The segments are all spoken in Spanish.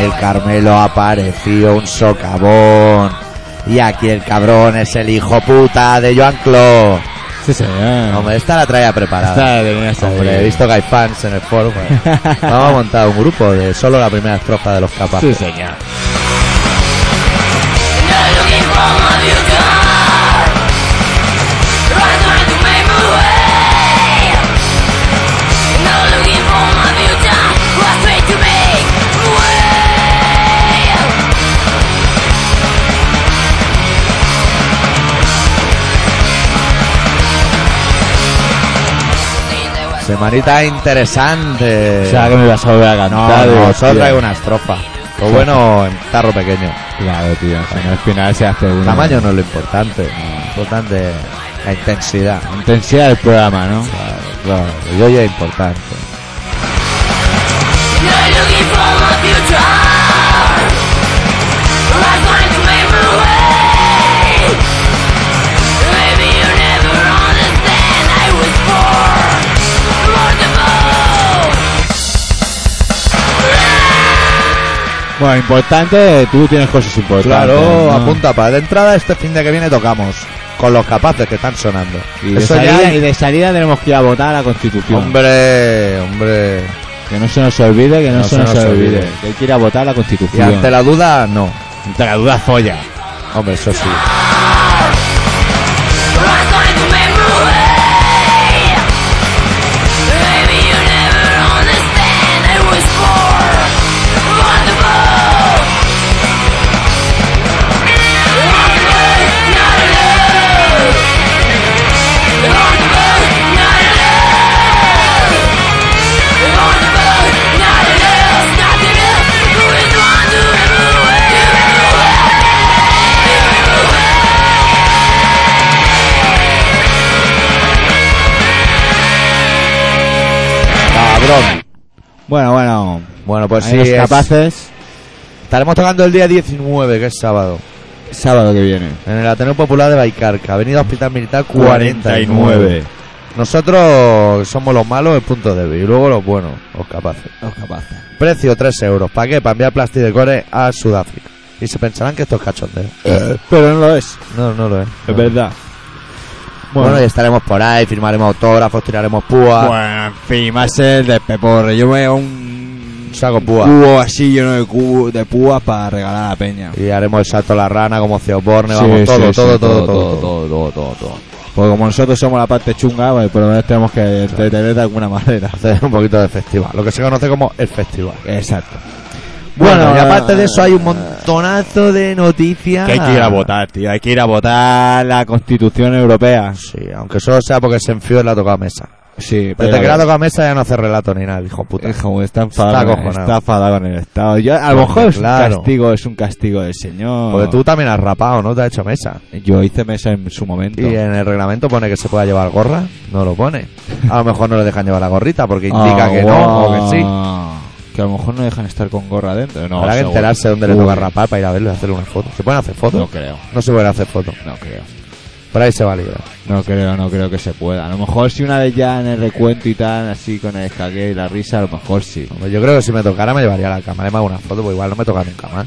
el Carmelo apareció un socavón. Y aquí el cabrón es el hijo puta de Joan Clo. Sí, Ah, señor. Hombre, esta la traía preparada. Esta tenía esta Hombre, idea. he visto que hay fans en el foro. bueno. Vamos a montar un grupo de solo la primera estrofa de los capas. Sí, señor. Semanita interesante. O sea, que me vas a volver a no, cantar. no, digo, solo tío. traigo una estrofa. Lo bueno en tarro pequeño. Claro, tío. Si no, al final se hace una... Tamaño no es lo importante. Lo importante es la intensidad. Intensidad del programa, ¿no? Claro, yo ya es importante. Bueno, importante, tú tienes cosas importantes. Claro, ¿no? apunta para de entrada este fin de que viene tocamos con los capaces que están sonando. Y de, Eso ya salida, hay- y de salida tenemos que ir a votar a la Constitución. Hombre, hombre. Que no se nos olvide, que no, se, nos, olvide. Que hay que ir a votar a la Y Constitución. ante la duda, no. Ante la duda, folla. Hombre, eso sí. Cabrón. Bueno, bueno. Bueno, pues Ahí sí, los es- capaces. estaremos tocando el día 19, que es sábado, Sábado que viene. en el Ateneo Popular de Baicarca, Avenida Hospital Militar 49. Nosotros somos los malos, el punto débil, y luego los buenos, los capaces. Los capaces. Precio 3 euros. ¿Para qué? Para enviar plastidecore a Sudáfrica. Y se pensarán que esto es cachondeo. Eh, Pero no lo es. No, no lo es. Es verdad. Bueno, y estaremos por ahí, firmaremos autógrafos, tiraremos púas. Bueno, Pues, en fin, va a ser de peporre. Yo voy a un Un saco púa. cubo así lleno de cubo de púas para regalar a la peña. Y haremos el salto a la rana como Ceoborne, Sí, vamos, sí, todo, sí, todo, todo, todo, todo, todo, todo, todo. Porque como nosotros somos la parte chunga, pues por lo menos tenemos que entretener de alguna manera. Hacer un poquito de festival, lo que se conoce como el festival. Exacto. Bueno, y aparte de eso hay un montonazo de noticias. eh, Que hay que ir a votar, tío. Hay que ir a votar la Constitución Europea. Sí, aunque solo sea porque se enfió en la toca mesa. Sí, Desde que la toca mesa ya no hace relato ni nada, el hijo puta. Hijo, está enfadado, Está con- acojonado. está enfadado con el Estado. Yo, a lo Porque, mejor es claro. un castigo, es un castigo del Señor. Porque tú también has rapado, ¿no? Te has hecho mesa. Yo hice mesa en su momento. Y en el reglamento pone que se pueda llevar gorra, no lo pone. A lo mejor no le dejan llevar la gorrita porque indica Ah, que no guau. o que sí. Que a lo mejor no dejan estar con gorra dentro. No, Habrá que seguro. enterarse dónde le toca Uy, rapar para ir a verlo y hacerle una foto. ¿Se pueden hacer No fotos? creo, No se pueden hacer fotos. no creo. Por ahí se va a librar. No creo, no creo que se pueda. A lo mejor si una vez ya en el recuento y tal, así con el jaque y la risa, a lo mejor sí. Hombre, Yo creo que si me tocara me llevaría la cámara y me hago una foto, pues igual no me toca nunca más.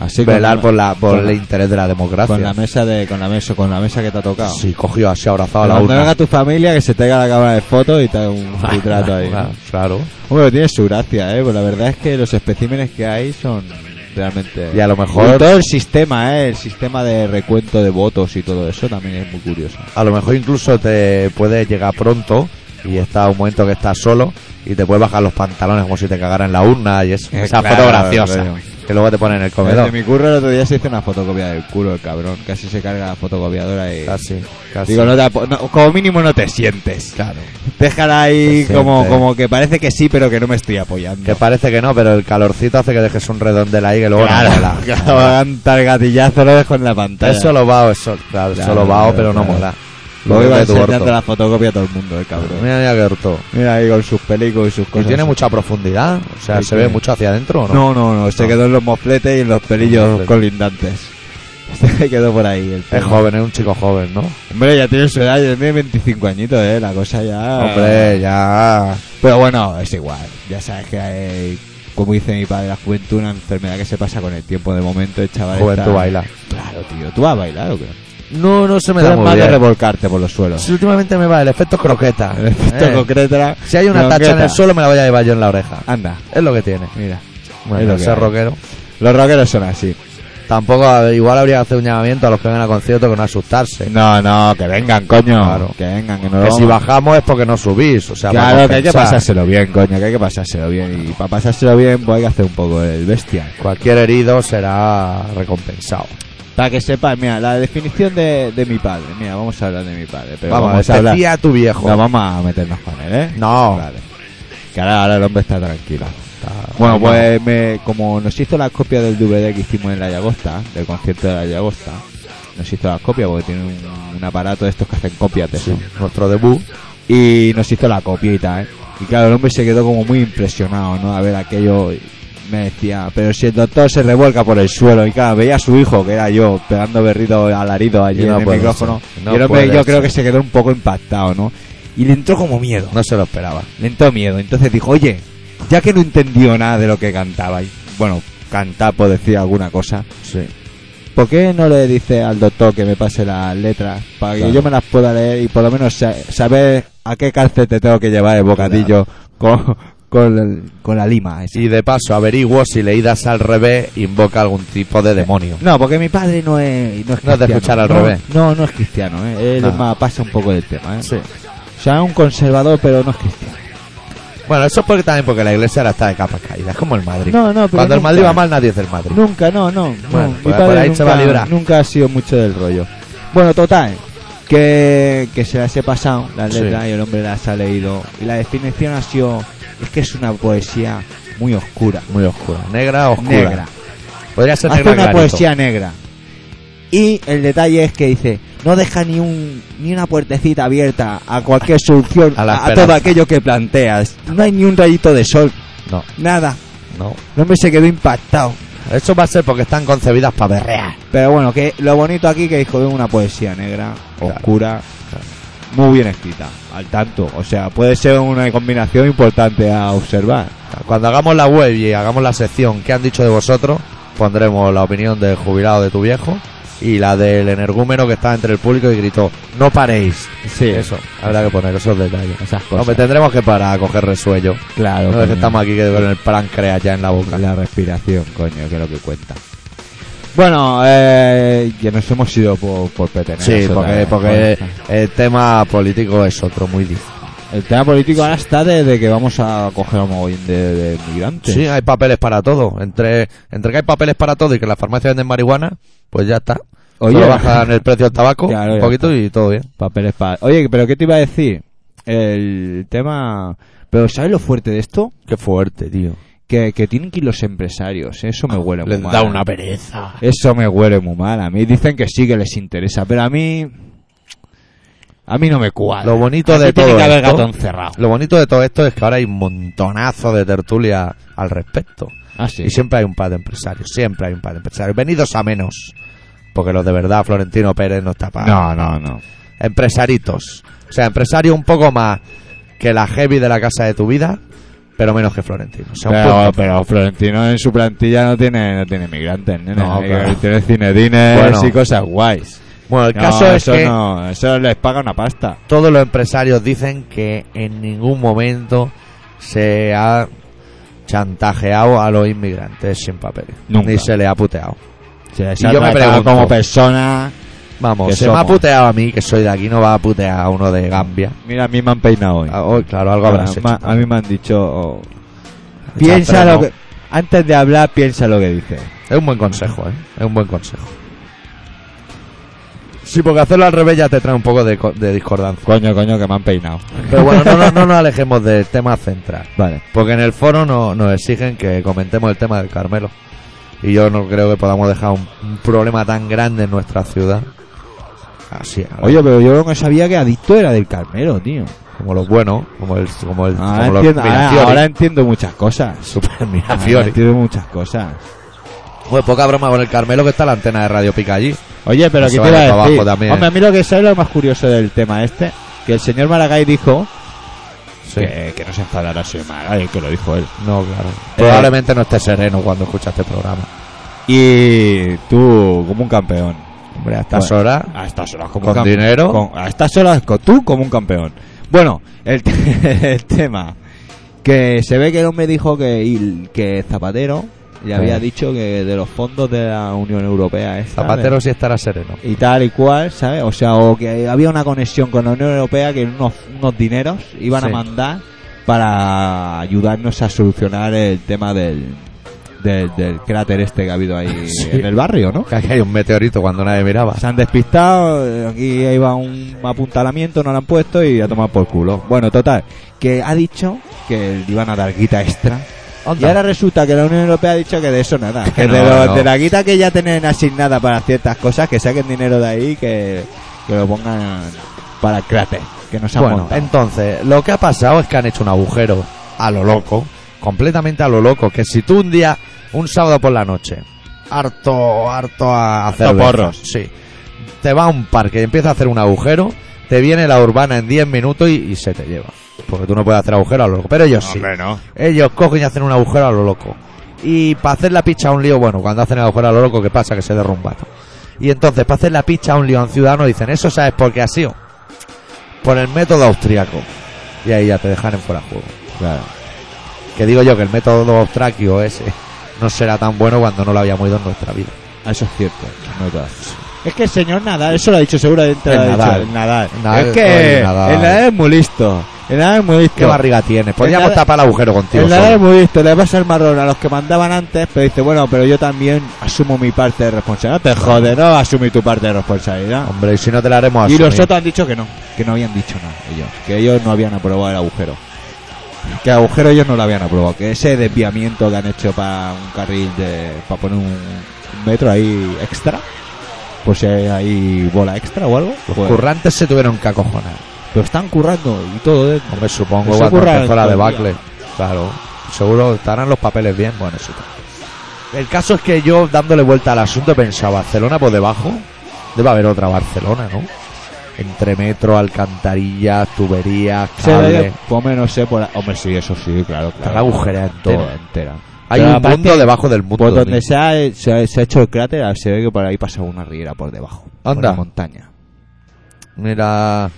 Así con Velar la- por, la, por con el la- interés de la democracia. Con la mesa de, con la mesa, con la mesa que te ha tocado. Sí, cogió así abrazado a la Cuando venga urna. tu familia que se te haga la cámara de fotos y te haga un retrato ahí. Ah, Claro. Hombre, tiene su gracia, eh. Pues la verdad es que los especímenes que hay son realmente. Y a lo mejor- Y todo el sistema, eh. El sistema de recuento de votos y todo eso también es muy curioso. A lo mejor incluso te puede llegar pronto y está un momento que estás solo y te puedes bajar los pantalones como si te cagaran en la urna y es Eh, esa claro, foto graciosa claro. que luego te ponen en el Desde comedor. mi curro el otro día se hizo una fotocopia del culo, el cabrón. Casi se carga la fotocopiadora y. Casi, casi. Digo, no te apo- no, como mínimo no te sientes. Claro. Déjala ahí Te como, sientes. como que parece que sí, pero que no me estoy apoyando. Que parece que no, pero el calorcito hace que dejes un redondel ahí que luego no mola. claro, claro, aguanta el gatillazo, lo dejo en la pantalla. Eso lo va, eso, claro, Claro, eso lo va, claro, pero no claro. mola. Luego iba de tu enseñando orto. la fotocopia a todo el mundo, el cabrón. ¿eh? Mira, mira qué orto. Mira ahí con sus pelicos y sus Y cosas. tiene mucha profundidad, o sea, Sí, se ve sí. mucho hacia adentro, ¿o no? No, no, no, se No. quedó en los mofletes y en los pelillos Mofletes. colindantes. Se quedó por ahí. El Es tema. joven, es un chico joven, ¿no? Hombre, ya tiene su edad, ya tiene 25 añitos, eh, la cosa ya... Hombre, ya. Pero bueno, es igual, ya sabes que hay como dice mi padre, la juventud es una enfermedad que se pasa con el tiempo. De momento el chaval Juventud está- baila. Claro, tío. ¿Tú has bailado o qué? No, no se me Tú da eres muy más de bien. revolcarte por los suelos. Sí, Últimamente me va el efecto croqueta. El efecto Eh, concreta- Si hay una concreta. tacha en el suelo, me la voy a llevar yo en la oreja. Anda, Es lo que tiene. mira. Bueno, Es lo el que ser hay. rockero. Los rockeros son así. Tampoco, a ver, igual habría que hacer un llamamiento a los que vengan a concierto que no asustarse. No, no, que vengan, coño. Claro. Que vengan, que no que lo si vamos- bajamos es porque no subís. O sea, para Claro, que hay que compensar. pasárselo bien, coño, que hay que pasárselo bien. Y para pasárselo bien, pues hay que hacer un poco el bestia. Cualquier herido será recompensado. Para que sepas, mira, la definición de, de mi padre. Mira, vamos a hablar de mi padre. Pero vamos, vamos, este a decía hablar. a tu viejo. No vamos a meternos con él, ¿eh? No. Vale. Que ahora, ahora el hombre está tranquilo. Está- Bueno, no. pues me- como nos hizo la copia del DVD que hicimos en la Llagosta, del concierto de la Llagosta, nos hizo la copia porque tiene un, un aparato de estos que hacen copias de Sí, eso. nuestro debut. y nos hizo la copia y tal. Y claro, el hombre se quedó como muy impresionado, ¿no? A ver aquello, y me decía, pero si el doctor se revuelca por el suelo, y claro, veía a su hijo, que era yo, pegando berrido alarido allí Y no en el puede micrófono, ser, no y el hombre puede yo creo ser. que se quedó un poco impactado, ¿no? Y le entró como miedo, No se lo esperaba. le entró miedo, entonces dijo, oye, ya que no entendió nada de lo que cantaba, y bueno, cantar por decir alguna cosa, Sí. ¿Por qué no le dice al doctor que me pase las letras para que Claro. yo me las pueda leer y por lo menos sa- saber a qué cárcel te tengo que llevar el bocadillo con, con, el- con la lima? esa? Y de paso, averiguo si leídas al revés invoca algún tipo de demonio. No, porque mi padre no es, no es No cristiano. es de escuchar al no, revés. Ah. No, no es cristiano. ¿eh? Él No. es más, pasa un poco del tema. ¿eh? O sea, es un conservador, pero no es cristiano. Bueno, eso es porque también porque la iglesia ahora está de capas caídas, como el Madrid. No, no, pero Cuando el nunca- Madrid va mal, nadie es del Madrid. Nunca, no, no. Bueno, no. por- por ahí se va a librar. nunca ha sido mucho del rollo. Bueno, total. Que, que se las he pasado las Sí. letras y el hombre las ha leído. Y la definición ha sido. Es que es una poesía muy oscura. Muy oscura. Negra, oscura. Negra. Podría ser Hace negra una clarito. poesía negra. Y el detalle es que dice. No deja ni un ni una puertecita abierta a cualquier solución, A la a- a esperanza. todo aquello que planteas. No hay ni un rayito de sol, No, nada. no. El hombre se quedó impactado. Eso va a ser porque están concebidas para berrear. Pero bueno, que lo bonito aquí que dijo es una poesía negra, Claro, oscura, muy bien escrita, al tanto. O sea, puede ser una combinación importante a observar. Cuando hagamos la web y hagamos la sección que han dicho de vosotros, pondremos la opinión del jubilado de tu viejo y la del energúmeno que estaba entre el público y gritó, no paréis. Sí, Eso, habrá que poner esos detalles. esas cosas. Hombre, tendremos que parar a coger resuello. claro, No coño. que estamos aquí que con el páncreas ya en la boca. la respiración, coño, que es lo que cuenta. Bueno, eh, ya nos hemos ido por, por peteneras Sí, otra porque, vez. porque el tema político es otro muy difícil. el tema político ahora está de, de que vamos a coger un mogollón de, de migrantes. Sí, hay papeles para todo. Entre, entre que hay papeles para todo y que las farmacias venden marihuana, pues ya está. Oye. Solo bajan el precio del tabaco Claro, un ya poquito y todo bien. Papeles para. Oye, pero ¿qué te iba a decir? El tema. Pero ¿sabes lo fuerte de esto? Qué fuerte, tío. Ah, Que, que tienen que ir los empresarios. ¿eh? Eso me huele muy Les mal. da una pereza. Eso me huele muy mal. A mí dicen que sí que les interesa, pero a mí. A mí no me cuadra. Lo bonito Aquí de tiene todo que haber esto- gato encerrado. Lo bonito de todo esto es que ahora hay un montonazo de tertulia al respecto. Ah, sí. Y siempre hay un par de empresarios, siempre hay un par de empresarios. Venidos a menos. Porque los de verdad, Florentino Pérez no está para... No, no, no. Empresaritos. O sea, empresario un poco más que la heavy de la casa de tu vida, pero menos que Florentino. O sea, un Pero, punto- pero Florentino en su plantilla no tiene, no tiene migrantes, nene. No, Ahí claro. Tiene cinedines Bueno. y cosas guays. Bueno, el No, caso es eso que no, eso les paga una pasta. todos los empresarios dicen que en ningún momento se ha chantajeado a los inmigrantes sin papeles. Nunca. Ni se les ha puteado. y ha yo me tratado pregunto como como persona Vamos, Que se me somos. ha puteado a mí, que soy de aquí, no va a putear a uno de Gambia. Mira, a mí me han peinado hoy. Ah, oh, claro, algo habrás a, ma- hecho. a mí me han dicho. oh, Echar piensa freno. lo que. Antes de hablar, piensa lo que dices. Es un buen consejo, ¿eh? Es un buen consejo. Sí, porque hacerlo al revés ya te trae un poco de, co- de discordancia. Coño, coño, que me han peinado. Pero bueno, no, no, no nos alejemos del tema central. Vale. Porque en el foro no, nos exigen que comentemos el tema del Carmelo. Y yo no creo que podamos dejar un, un problema tan grande en nuestra ciudad. Así, a la- Oye, pero yo no sabía que Adicto era del Carmelo, tío. como los buenos, como el. Como el Ahora, como los Ah, entiendo, ahora- Mirafiori. ahora entiendo muchas cosas. Super Ahora Mirafiori. entiendo muchas cosas. Ah, Pues poca broma con el Carmelo que está la antena de Radio Pica allí. Oye, pero Eso ¿qué te vale iba para a abajo decir? también. Hombre, a mí lo que sé es lo más curioso del tema este. Que el señor Maragall dijo sí. que, que no se enfadará su madre, ay, que lo dijo él. No, claro. Probablemente no esté sereno cuando escucha este programa. Y tú, como un campeón. Hombre, a estas Bueno, horas, A estas horas, como un con campeón. dinero, Con- a estas horas, con, tú como un campeón. Bueno, el, te- el tema. Que se ve que el hombre dijo que, il- que Zapatero le Sí. había dicho que de los fondos de la Unión Europea. esta, Zapatero sí estará sereno. de- Y tal y cual, ¿sabes? O sea, o que había una conexión con la Unión Europea que unos, unos dineros iban a Sí. mandar para ayudarnos a solucionar el tema del, del, del cráter este que ha habido ahí Sí. en el barrio, ¿no? Que aquí hay un meteorito cuando nadie miraba. Se han despistado, eh, aquí iba un apuntalamiento, no lo han puesto y a tomar por culo. Bueno, total, que ha dicho que le iban a dar guita extra. Y ahora resulta que la Unión Europea ha dicho que de eso nada. Que, de, no, lo- no. de la guita que ya tienen asignada para ciertas cosas, que saquen dinero de ahí, que, que lo pongan para el cráter. Que no se han Bueno, montado. entonces, lo que ha pasado es que han hecho un agujero a lo loco, completamente a lo loco, que si tú un día, un sábado por la noche, harto, harto a hacer cerveza, porros. sí, te va a un parque y empieza a hacer un agujero, te viene la urbana en 10 minutos y, y se te lleva. Porque tú no puedes hacer agujero a lo loco, pero ellos sí. Hombre, no. Ellos cogen y hacen un agujero a lo loco. Y para hacer la picha a un lío, bueno, cuando hacen el agujero a lo loco, ¿qué pasa? Que se derrumba. Y entonces, para hacer la picha a un lío a un ciudadano, dicen, eso sabes por qué ha sido. Por el método austriaco. Y ahí ya te dejan en fuera de juego. Claro. Que digo yo que el método austriaco ese no será tan bueno cuando no lo habíamos ido en nuestra vida. Ah, Eso es cierto. no hay duda. Es que el señor Nadal, eso lo ha dicho seguramente. El lo ha dicho Nadal. el Nadal. Nadal, Es que el Nadal. el Nadal es muy listo. El Nadal es muy listo. ¿Qué barriga tienes? Podríamos El- tapar el agujero contigo. El Nadal es solo. muy listo, le pasa el marrón a los que mandaban antes, pero dice, bueno, pero yo también asumo mi parte de responsabilidad. No te jodes, no asumí tu parte de responsabilidad. Hombre, y si no te la haremos así. Y los otros han dicho que no, que no habían dicho nada ellos, que ellos no habían aprobado el agujero. Que el agujero ellos no lo habían aprobado, que ese desviamiento que han hecho para un carril de. para poner un, un metro ahí extra, pues si hay ahí bola extra o algo, pues, currantes se tuvieron que acojonar. lo están currando y todo de. Hombre, supongo Eso cuando ocurra empezó la en todo el debacle. Claro. Seguro estarán los papeles bien. Bueno, eso también. El caso es que yo, dándole vuelta al asunto, pensaba, Barcelona por debajo, debe haber otra Barcelona, ¿no? Entre metro, alcantarillas, tuberías, Se ve, cables... por lo menos sé, por la- Hombre, sí, eso sí, claro, Está claro. la agujera toda entera. entera. Hay Pero un aparte, mundo debajo del mundo. Por donde tío. se ha, se, ha, se ha hecho el cráter, ah, se ve que por ahí pasa una riera por debajo. Por Anda. la montaña. Mira...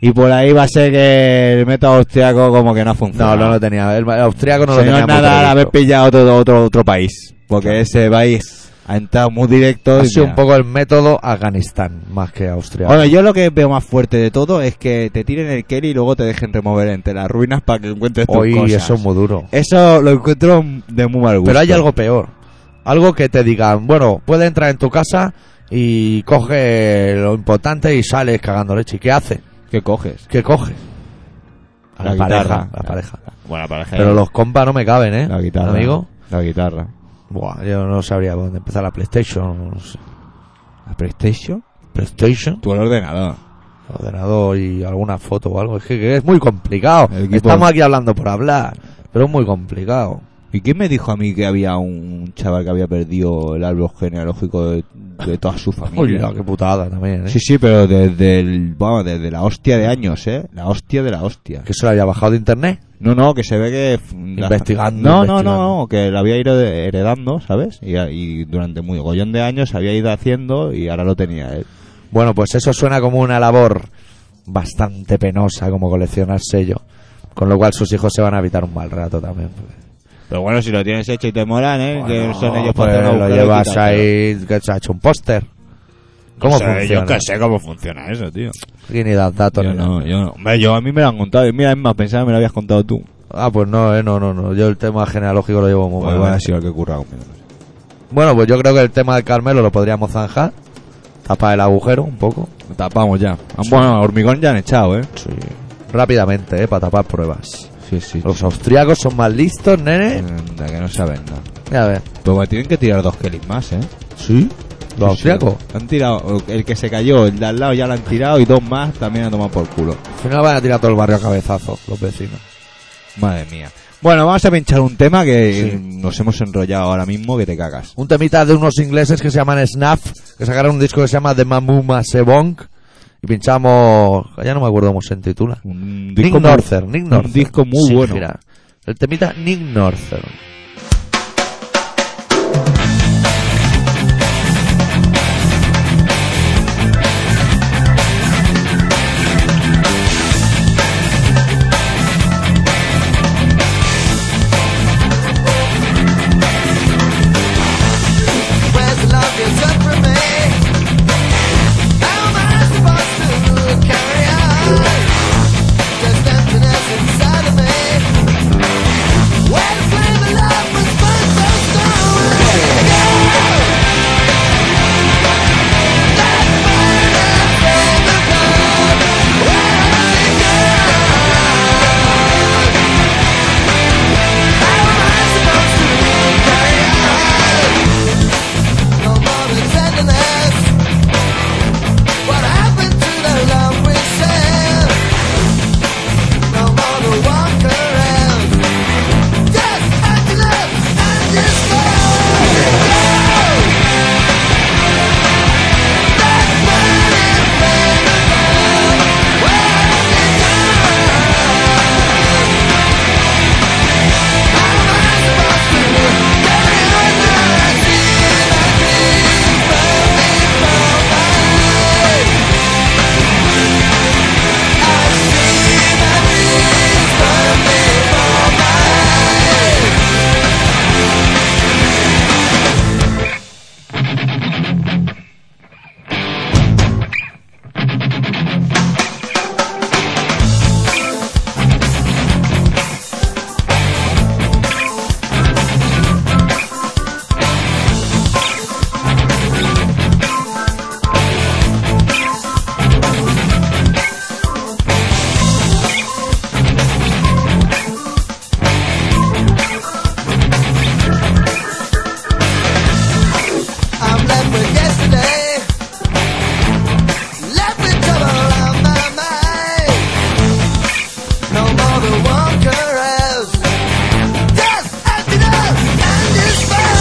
Y por ahí va a ser que el método austriaco como que no ha No, funcionado. no lo tenía. El austriaco no Señor lo tenía. muy Nadal, haber previsto. pillado otro, otro, otro país. Porque Claro. ese país ha entrado muy directo. Ha y sido mira. un poco el método Afganistán, más que austriaco. Bueno, yo lo que veo más fuerte de todo es que te tiren el Kelly y luego te dejen remover entre las ruinas para que encuentres tus Hoy cosas. eso es muy duro. Eso lo encuentro de muy mal gusto. Pero hay algo peor. Algo que te digan, bueno, puedes entrar en tu casa y coge lo importante y sales cagando leche. ¿Y ¿Qué hace? que coges. ¿Qué coge? La guitarra. pareja. La pareja. Bueno, pareja. Pero los compas no me caben, ¿eh? La guitarra. Amigo. La guitarra. Buah, yo no sabría por dónde empezar la PlayStation. no sé. ¿La PlayStation? PlayStation, Tú el ordenador. ordenador y alguna foto o algo. Es que, que es muy complicado. El equipo- Estamos aquí hablando por hablar, pero es muy complicado. ¿Y quién me dijo a mí que había un chaval que había perdido el árbol genealógico de, de toda su Uy, familia? la, qué putada también, ¿eh? sí, sí, pero desde el, vamos, desde la hostia de años, ¿eh? La hostia de la hostia. Que se lo había bajado de internet. No, no, que se ve que... f- la- Investigando, No, no, investigando. no, no, que la había ido de- heredando, ¿sabes? Y, y durante muy gollón de años había ido haciendo y ahora lo tenía ¿eh? él. Bueno, pues eso suena como una labor bastante penosa, como coleccionar sellos. Con lo cual sus hijos se van a evitar un mal rato también. Pero bueno, si lo tienes hecho y te molan, ¿eh? que son ellos pues, para hacer un lo agujero y llevas quitártelo. ahí, que se ha hecho un póster. ¿Cómo O sea, funciona? Yo que sé cómo funciona eso, tío. Aquí ni das datos. Yo ni nada. no, yo no. Hombre, yo a mí me lo han contado. Y Mira, es más, pensaba que me lo habías contado tú. Ah, pues no, eh, no, no, no. Yo el tema genealógico lo llevo muy Pues mal. igual ha sido el que curra conmigo. Bueno, pues yo creo que el tema de Carmelo lo podríamos zanjar. Tapar el agujero un poco. Lo tapamos ya. Ah, Bueno, hormigón ya han echado, ¿eh? Sí. Rápidamente, eh, para tapar pruebas. Sí, sí. Los austriacos son más listos, nene. Anda, que no saben nada. A ver. Pues me tienen que tirar dos Kellys más, ¿eh? ¿Sí? ¿Los Sí, sí. austriacos? Han tirado, el que se cayó, el de al lado ya lo han tirado y dos más también han tomado por culo. Al final van a tirar todo el barrio a cabezazos, los vecinos. Madre mía. Bueno, vamos a pinchar un tema que eh, Sí. nos hemos enrollado ahora mismo que te cagas. Un temita de unos ingleses que se llaman Snuff, que sacaron un disco que se llama The Mamuma Sebong. Y pinchamos, ya no me acuerdo cómo se titula. Un Nick disco muy- Norther, Nick Norther. disco muy Sí, bueno. mira, el temita Nick Norther. Where's the love you took from me? How am I supposed to carry on? Just emptiness inside of me. Where the flame of love was burnt so strong. No more tenderness. What happened to the love we shared? No more to walk around. Just emptiness and despair. I'm left with yesterday. Left with trouble on my mind. No more to walk around. Just emptiness and despair.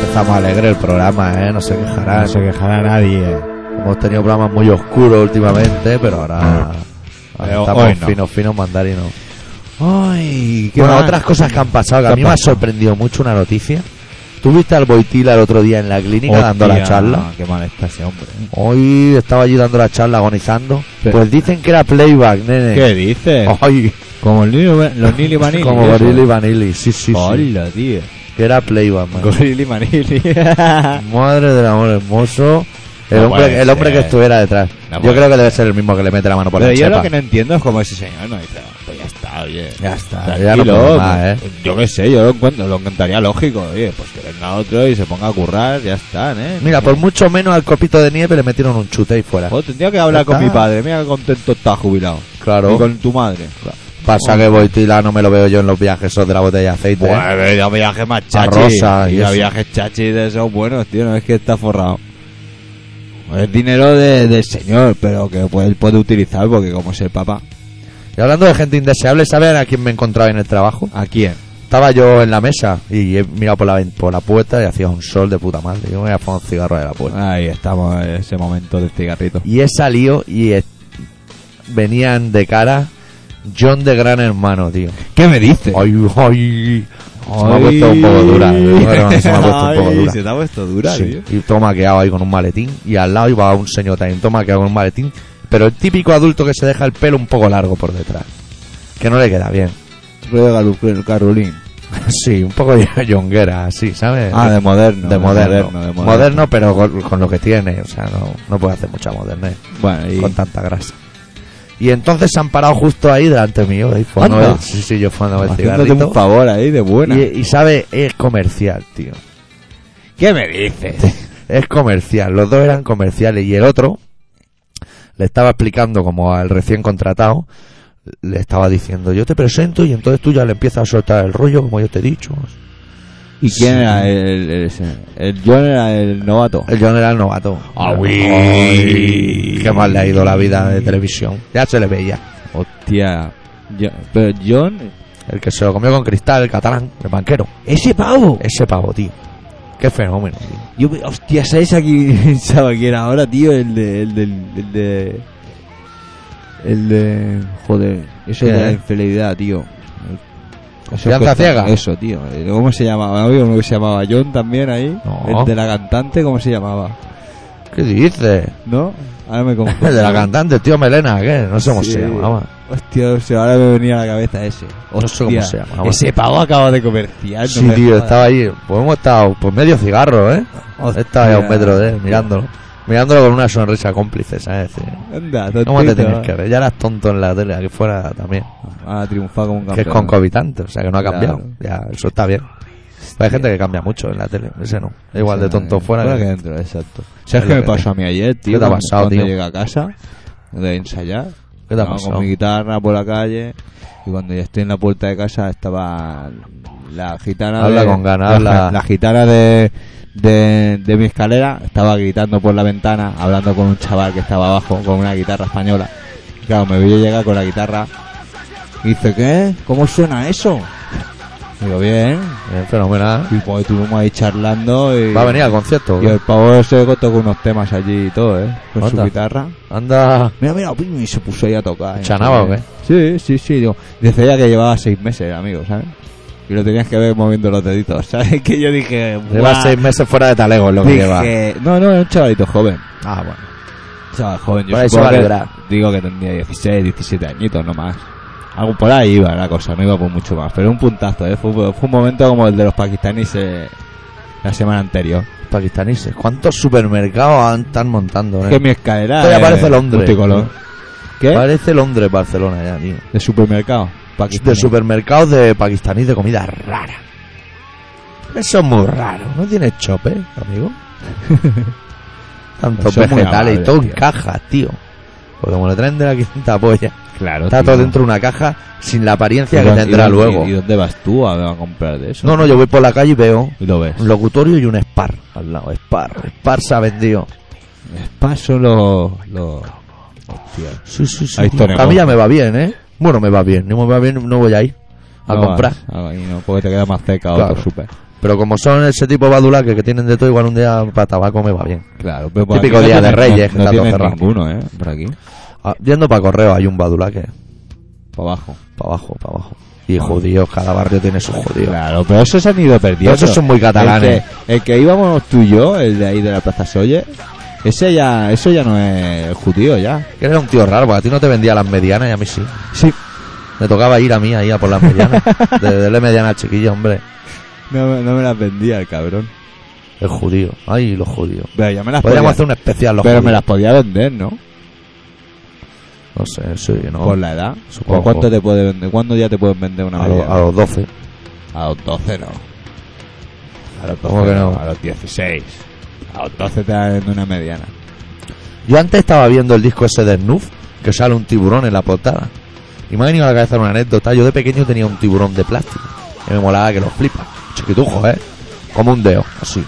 Empezamos alegre el programa, ¿eh? No se quejarán. No se quejará nadie. Hemos tenido programas muy oscuros últimamente, pero ahora, ahora Pero hoy estamos no. finos, finos mandarinos. Ay, Bueno, otras cosas que han pasado, que a ¿Qué mí ha me ha pasado? sorprendido mucho una noticia. Tuviste al Boitila el otro día en la clínica dando la charla. Qué mal está ese hombre. ¿eh? Hoy estaba allí dando la charla, agonizando. Sí. Pues dicen que era playback, nene. ¿Qué dices? Ay, Como el Nilo, los Nili Vanilli. Oh. como eso. Gorilla y Vanilli, sí, sí, sí. Hola, tío. Que era playback, man. Gorilla y Vanilli. Madre del amor hermoso. El No hombre, puede el hombre que ser. estuviera detrás. No yo puede creo que debe ser el mismo que le mete la mano por Pero la yo lo chepa. que no entiendo es como ese señor no dice, pues ya está, oye. Ya está, ya no Tranquilo, puedo más, ¿eh? yo qué sé, yo lo encuentro, lo encantaría lógico, oye, pues que venga otro y se ponga a currar, ya está, ¿eh? Mira, por mucho menos al copito de nieve le metieron un chute y fuera. Joder, tendría que hablar con está. mi padre, mira qué contento está jubilado. Claro. Y con tu madre. Pasa que Boitila no me lo veo yo en los viajes esos de la botella de aceite. ¿eh? Bueno, Pues, ya viajes más chachi. Rosa y y ya eso. viajes chachi de esos buenos, tío, no es que está forrado. Es dinero de- del señor, pero que pues, él puede utilizar porque como es el papá. Y hablando de gente indeseable, ¿saben a quién me encontraba en el trabajo? ¿A quién? Estaba yo en la mesa y he mirado por la, ven- por la puerta y hacía un sol de puta madre. Yo me voy a poner un cigarro de la puerta. Ahí estamos, en ese momento del cigarrito. Y he salido y he- venían de cara John de Gran Hermano, tío. ¿Qué me dices? Ay, ay, se me ha puesto un poco dura. de verdad, se me ha puesto un poco Ay, dura. se te ha puesto dura, Sí, tío. y todo maqueado ahí con un maletín. Y al lado iba un señor también todo maqueado con un maletín. Pero el típico adulto que se deja el pelo un poco largo por detrás. Que no le queda bien. Rueda Carolín. Sí, un poco yonguera, así, ¿sabes? Ah, de moderno. Eh, de moderno. de moderno, pero con, con lo que tiene. O sea, no, no puede hacer mucha modernez Bueno, y... con tanta grasa. Y entonces se han parado justo ahí delante mío. ahí fumando Anda. el- sí, sí, yo fumando el Haciéndote cigarrito. un favor ahí de buena. Y, eh, y sabe, es comercial, tío. ¿Qué me dices? Es comercial. Los dos eran comerciales. Y el otro le estaba explicando, como al recién contratado, le estaba diciendo, yo te presento y entonces tú ya le empiezas a soltar el rollo, como yo te he dicho. ¿Y quién era el, el, ese? el John era el novato? El John era el novato. Ah, uy. Ay, Qué mal le ha ido la vida de televisión. Ya se le veía. Hostia. Yo- pero John... El que se lo comió con cristal, el catalán, el banquero. ¡Ese pavo! Ese pavo, tío. Qué fenómeno, tío. Yo, me- hostia, ¿sabes a quién pensaba que era ahora, tío? El de. El, del- el de. El de. Joder, eso ¿Qué? de la infidelidad, tío. Eso ¿Fianza cuesta- ciega? Eso, tío. Eh, ¿Cómo se llamaba? Había uno que se llamaba John también ahí. No. El de la cantante, ¿cómo se llamaba? ¿Qué dices? ¿No? Ahora me confundo. El de la cantante, el tío Melena, ¿qué? No sé cómo Sí. se llamaba. Hostia, no sé, ahora me venía a la cabeza ese. No sé cómo Hostia, se llamaba. Ese pavo acaba de comerciar. no Sí, me tío, jodas. estaba ahí. Pues hemos estado por medio cigarro, ¿eh? Hostia. Estaba ahí a un metro de él, mirándolo. Mirándolo con una sonrisa cómplice, ¿sabes? Sí. Anda, ¿Cómo te tontito, tienes va. que ver? Ya eras tonto en la tele, aquí fuera también. Ha triunfado como un campeón. Que es concomitante, o sea que no ha Claro. cambiado. Ya, eso está bien. Pero hay gente que cambia mucho en la tele, ese no. Es Igual de tonto Eh, fuera. que que- dentro, exacto. ¿Sabes qué lo me que pasó a mí ayer, tío? ¿Qué te ha Cuando- pasado, cuando tío? llegué a casa de ensayar, ¿Qué te ha estaba pasado? con mi guitarra por la calle y cuando ya estoy en la puerta de casa estaba la gitana Habla de, con ganas, la, habla. la gitana de, de, de mi escalera estaba gritando por la ventana hablando con un chaval que estaba abajo con una guitarra española. Y claro, me vio llegar con la guitarra y dice, ¿qué? ¿Cómo suena eso? Digo, bien. Bien, Eh, fenomenal. Y pues estuvimos ahí charlando y... Va a venir al concierto. Y el pavo se tocó unos temas allí y todo, ¿eh? Con Anda. su guitarra. Anda. Mira, mira, pim, y se puso ahí a tocar. ¿eh? ¿Chanaba ¿eh? o qué? Sí, sí, sí. Digo, desde ella que llevaba seis meses, amigo, ¿sabes? Y lo tenías que ver moviendo los deditos, ¿sabes? Que yo dije, Lleva "Buah". seis meses fuera de talego lo que lleva. Dije, no, no, era un chavalito joven. Ah, bueno. Un chaval joven, yo Por ahí se supongo va a que- librar. Digo que tendría 16, 17 añitos, no más. Algo por ahí iba la cosa, no iba por mucho más. Pero un puntazo, ¿eh? Fue, fue un momento como el de los pakistaníes eh, la semana anterior. Pakistaníes. ¿Cuántos supermercados han- están montando? Es eh? que mi escalera. Todavía eh, parece Londres. multicolor. ¿Qué? Parece Londres, Barcelona ya, tío. De supermercado. De pakistaní. supermercados de pakistaníes de comida rara. Eso es muy raro. No tiene chope, amigo. Tantos Son muy vegetales y amables, todo en tío. cajas, tío. Porque como lo traen de la quinta polla. Claro. Está tío. todo dentro de una caja sin la ¿Y apariencia que dónde- tendrá y dónde- luego. ¿Y dónde vas tú a, a comprar de eso? No, no, yo voy por la calle y veo Y lo ves. un locutorio y un spar al lado. Spar, spar se ha vendido. Paso lo. lo... Hostia. Sí, sí, sí. Ahí tío. tenemos. a mí ya me va bien, ¿eh? Bueno, me va bien. No me va bien, no voy a ir a No comprar. vas, ah, y no, porque te queda más cerca Claro. otro super. Pero como son ese tipo badulaques que tienen de todo, igual un día para tabaco me va bien. Claro. Pero por Típico aquí no día de tienes- Reyes, que está No, no todo tienes cerrado. ninguno, ¿eh? Por aquí. Ah, yendo para correo hay un badulaque. Para abajo. Para abajo, para abajo. Y Ah. judíos, cada barrio tiene su judío. Claro, pero esos han ido Pero perdiendo. esos son muy catalanes. El que, el que íbamos tú y yo, el de ahí de la Plaza Solle, ese ya, eso ya no es judío ya. Que era un tío raro, porque a ti no te vendía las medianas y a mí sí. Sí, Me tocaba ir a mí ahí a por las medianas. Desde la mediana al chiquillo, hombre. No, me- no me las vendía el cabrón. El judío. Ay, los judíos. Pero ya me las Podríamos hacer podía, un especial los Pero me judíos. las podía vender, ¿no? No sé, sí, no. Por la edad. Supongo. ¿Por cuánto te puede vender? ¿Cuándo ya te pueden vender una a, lo- media? a los 12. A los 12 no. A los 12 ¿Cómo que no? A los 16. A los 12 te dan una mediana. Yo antes estaba viendo el disco ese de Snuff, que sale un tiburón en la portada. Y me ha venido a la cabeza una anécdota. Yo de pequeño tenía un tiburón de plástico. Y me molaba que lo flipa. Chiquitujo, ¿eh? Como un dedo, así.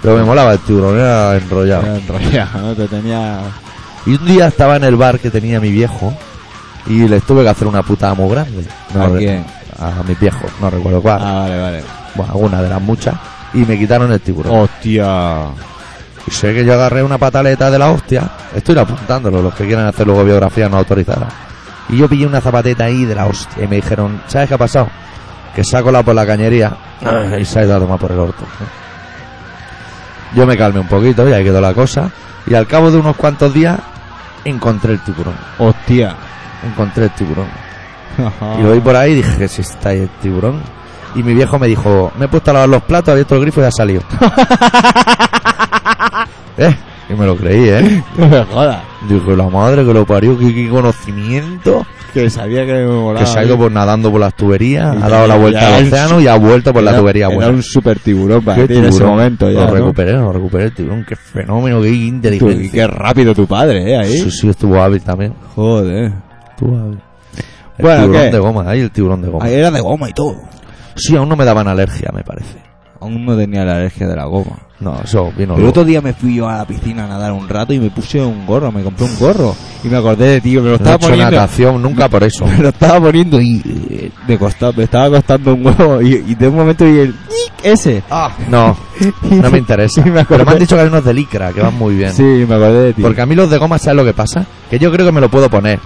Pero me molaba el tiburón, era enrollado. Era enrollado, ¿no? Te tenía... Y un día estaba en el bar que tenía mi viejo y les tuve que hacer una putada muy grande. ¿A re- quién? A mis viejos, no recuerdo cuál. Ah, vale, vale. Bueno, alguna de las muchas. Y me quitaron el tiburón. Hostia. Y sé que yo agarré una pataleta de la hostia. Estoy apuntándolo, los que quieran hacer luego biografía no autorizada. Y yo pillé una zapateta ahí de la hostia. Y me dijeron, ¿sabes qué ha pasado? Que se ha colado por la cañería y se ha ido a tomar por el orto. Yo me calmé un poquito y ahí quedó la cosa. Y al cabo de unos cuantos días encontré el tiburón. Hostia. Ah. Encontré el tiburón. Y lo vi por ahí y dije, si está ahí el tiburón. Y mi viejo me dijo, me he puesto a lavar los platos, he abierto el grifo y ha salido. ¿Eh? Y me lo creí, ¿eh? No me jodas. Dijo, la madre que lo parió, qué, qué conocimiento. Que sabía que me molaba. que se ha ido por nadando por las tuberías, Y ha dado la ya- vuelta ya al es- océano y ha vuelto por la Era- tubería. Era buena. un super tiburón para Qué ti en ese tiburón. momento ya. Lo ¿no? recuperé, lo recuperé el tiburón. Qué fenómeno, qué Tú, y inteligencia. qué rápido tu padre, eh, ahí. Sí, sí, estuvo hábil también. Joder. Estuvo hábil. El Bueno, tiburón ¿qué? de goma, ahí el tiburón de goma. Ahí era de goma y todo. Sí, aún no me daban alergia, me parece. Aún no tenía la alergia de la goma. No, eso vino El luego. otro día me fui yo a la piscina a nadar un rato y me puse un gorro, me compré un gorro. Y me acordé de ti, que me lo No he estaba hecho poniendo. natación nunca por eso. Me lo estaba poniendo y eh, me, costaba, me estaba costando un huevo. Y, y de un momento vi el ¡ic! ese. No, no me interesa. Ah. Sí, me acordé. Pero me han dicho que hay unos de licra que van muy bien. Sí, me acordé de ti. Porque a mí los de goma, ¿sabes lo que pasa? Que yo creo que me lo puedo poner.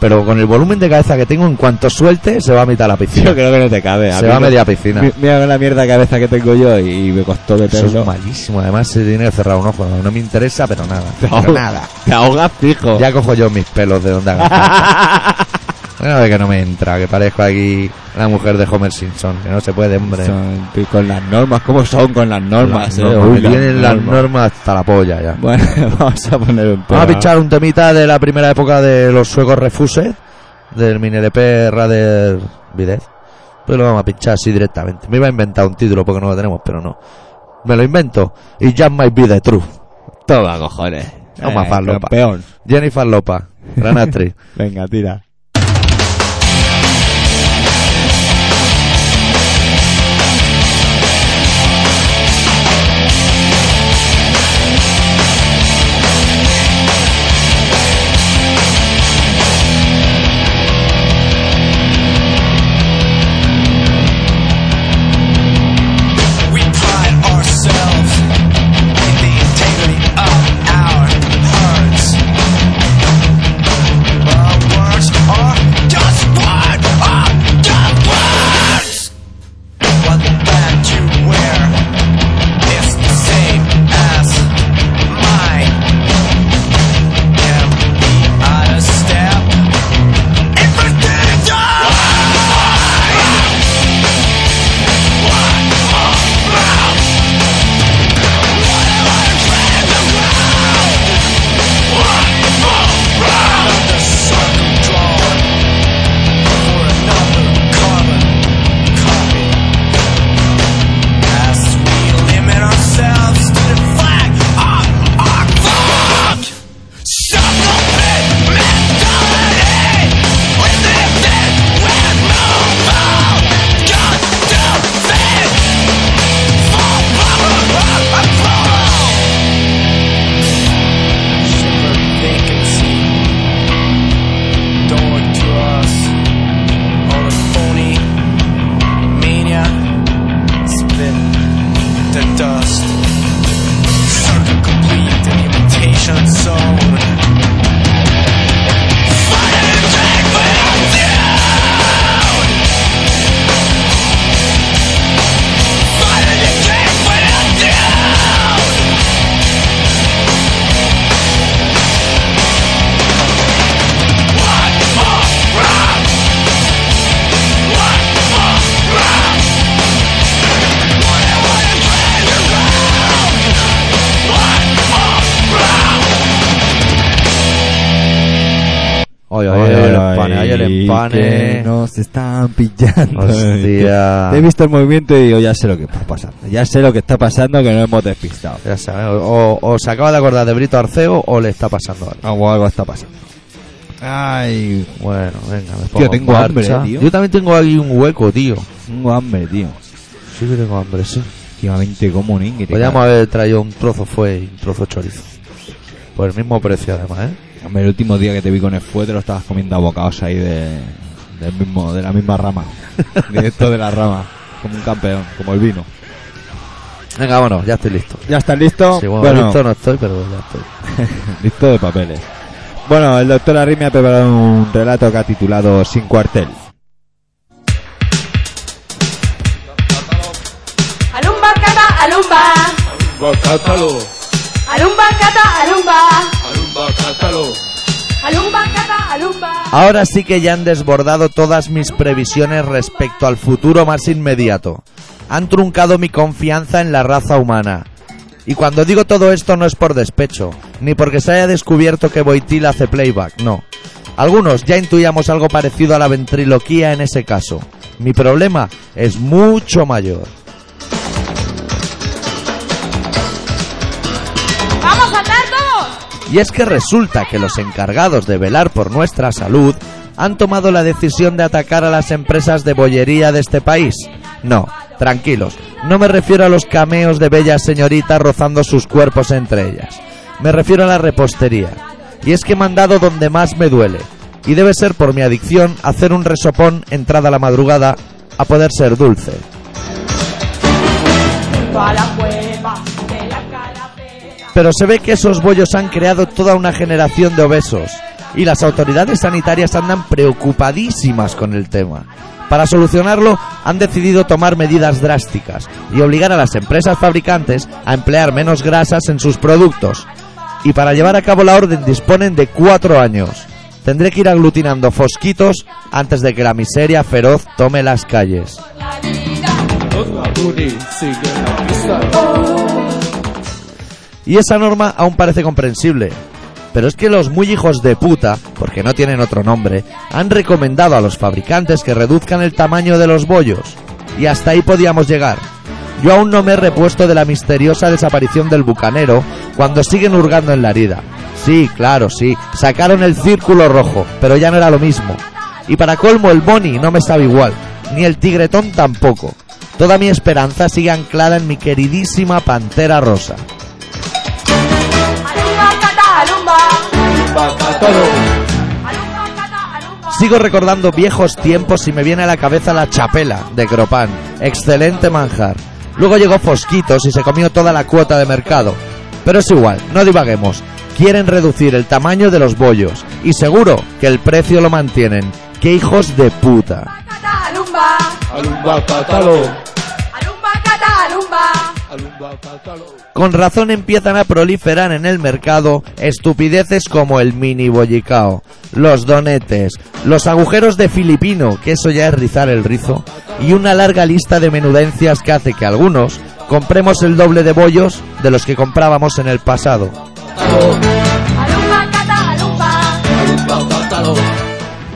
Pero con el volumen de cabeza que tengo, en cuanto suelte, se va a mitad la piscina. yo creo que no te cabe. a se mí va a no- media piscina. Mi- Mira con la mierda de cabeza que tengo yo y, y me costó Eso es meterlo. malísimo. Además, se tiene que cerrar un ojo. No, No me interesa, pero nada. Te Pero ahogas- nada. Te ahogas fijo. Ya cojo yo mis pelos de donde haga falta. Una vez que no me entra, que parezco aquí la mujer de Homer Simpson, que no se puede, hombre. Son- y con las normas, ¿cómo son con las normas? Las eh? normas, Uy, me tienen las normas. normas hasta la polla ya. Bueno, vamos a poner un Vamos a tema. pinchar un temita de la primera época de los suecos refuses, del Minerepe Rader Videz. Pues lo vamos a pinchar así directamente. Me iba a inventar un título porque no lo tenemos, pero no. Me lo invento. Y Just Might Be the Truth. Toma, cojones. Toma, Eh, falopa. campeón. Jennifer Lopa, gran actriz. Venga, tira. We pride ourselves in the integrity of our words. Our words are just one of the words. What that you wear is the same as mine. Can we understand? Everything's alright. Vacancy don't to us all the phony mania spit the dust circle complete the imitation zone Oye, oye, oye, el empane, oye, el que empane. Nos están pillando. Hostia. He visto el movimiento y digo, ya sé lo que está pasando. Ya sé lo que está pasando, que nos hemos despistado. Ya sabes, o, o se acaba de acordar de Brito Arceo o le está pasando algo. Algo, algo está pasando. Ay, Bueno, venga, me pongo en tengo marcha. hambre, tío. Yo también tengo ahí un hueco, tío. tengo hambre, tío. Sí que tengo hambre, sí. Últimamente como un ingrid. Podríamos haber traído un trozo fue y un trozo chorizo. Por el mismo precio, además, ¿eh? Hombre, el último día que te vi con el fuete lo estabas comiendo a bocados ahí de, del mismo, de la misma rama. Directo de la rama. Como un campeón, como el vino. Venga, vámonos, ya estoy listo. ¿Ya estás listo? Sí, bueno, listo no estoy, pero ya estoy. Listo de papeles. Bueno, el doctor Arri me ha preparado un relato que ha titulado Sin cuartel. Alumba, cata, alumba. Bacátalo, Alumba, cata, alumba. alumba, cátalo, alumba, cata, alumba. Ahora sí que ya han desbordado todas mis previsiones respecto al futuro más inmediato. Han truncado mi confianza en la raza humana. Y cuando digo todo esto no es por despecho, ni porque se haya descubierto que Boitil hace playback, no. Algunos ya intuíamos algo parecido a la ventriloquía en ese caso. Mi problema es mucho mayor. ¡Vamos a atar todos! Y es que resulta que los encargados de velar por nuestra salud han tomado la decisión de atacar a las empresas de bollería de este país. No, tranquilos, no me refiero a los cameos de bellas señoritas rozando sus cuerpos entre ellas. Me refiero a la repostería. Y es que me han dado donde más me duele. Y debe ser por mi adicción hacer un resopón entrada a la madrugada a poder ser dulce. Junto a la cueva de la calavera. Pero se ve que esos bollos han creado toda una generación de obesos y las autoridades sanitarias andan preocupadísimas con el tema. Para solucionarlo han decidido tomar medidas drásticas y obligar a las empresas fabricantes a emplear menos grasas en sus productos. Y para llevar a cabo la orden disponen de cuatro años. Tendré que ir aglutinando fosquitos antes de que la miseria feroz tome las calles. La vida, Y esa norma aún parece comprensible. Pero es que los muy hijos de puta, porque no tienen otro nombre, han recomendado a los fabricantes que reduzcan el tamaño de los bollos. Y hasta ahí podíamos llegar. Yo aún no me he repuesto de la misteriosa desaparición del bucanero cuando siguen hurgando en la herida. Sí, claro, sí, sacaron el círculo rojo, pero ya no era lo mismo. Y para colmo el Boni no me sabe igual, ni el tigretón tampoco. Toda mi esperanza sigue anclada en mi queridísima pantera rosa. alumba, cata, alumba. Alumba, cata, alumba. Sigo recordando viejos tiempos y me viene a la cabeza la chapela de Cropán. Excelente manjar. Luego llegó Fosquitos y se comió toda la cuota de mercado. Pero es igual, no divaguemos. Quieren reducir el tamaño de los bollos. Y seguro que el precio lo mantienen. ¡Qué hijos de puta! Cata, alumba. Alumba, cata, alumba. Con razón empiezan a proliferar en el mercado estupideces como el mini bollicao, los donetes, los agujeros de filipino, que eso ya es rizar el rizo, y una larga lista de menudencias que hace que algunos compremos el doble de bollos de los que comprábamos en el pasado. Alumba, cata, alumba.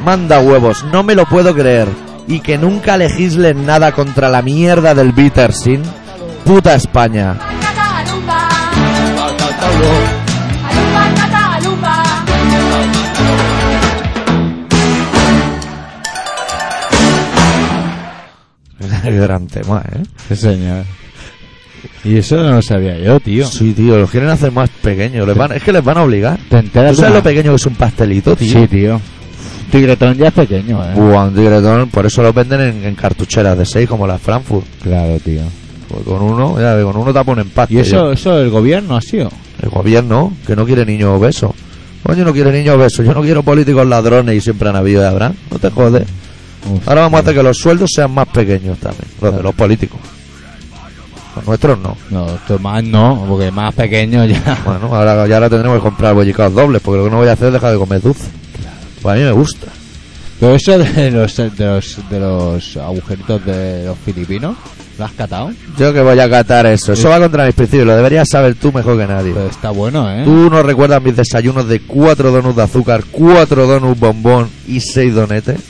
Manda huevos, no me lo puedo creer. Y que nunca legislen nada contra la mierda del bitter sin. Puta España. Cata, alumba. Alumba, cata, alumba. Gran tema, ¿eh? Sí, señor. Y eso no lo sabía yo, tío. Sí, tío, los quieren hacer más pequeños. les van- es que les van a obligar. ¿Te ¿Tú enteras sabes de lo una- pequeño que es un pastelito, tío? Sí, tío. Tigretón ya es pequeño, eh. Buah, un tigretón, por eso los venden en, en cartucheras de 6 como las Frankfurt. Claro, tío. Porque con uno, ya, con uno tapa un empate. ¿Y eso, ya. eso del gobierno ha sido? El gobierno, que no quiere niños obesos. Coño, no quiere niños obesos. Yo no quiero políticos ladrones y siempre han habido y habrá. No te jodes. Ahora vamos a hacer que los sueldos sean más pequeños también, los de los políticos. Los nuestros no. No, esto más no, porque más pequeño ya. Bueno, ahora, ya ahora tendremos que comprar bollicaos dobles, porque lo que no voy a hacer es dejar de comer dulce. Pues a mí me gusta. Pero eso de los, de los, de los agujeritos de los filipinos, ¿lo has catado? Yo que voy a catar eso. Eso Sí. va contra mis principios. Lo deberías saber tú mejor que nadie. Pero está bueno, ¿eh? Tú no recuerdas mis desayunos de cuatro donuts de azúcar, cuatro donuts bombón y seis donetes.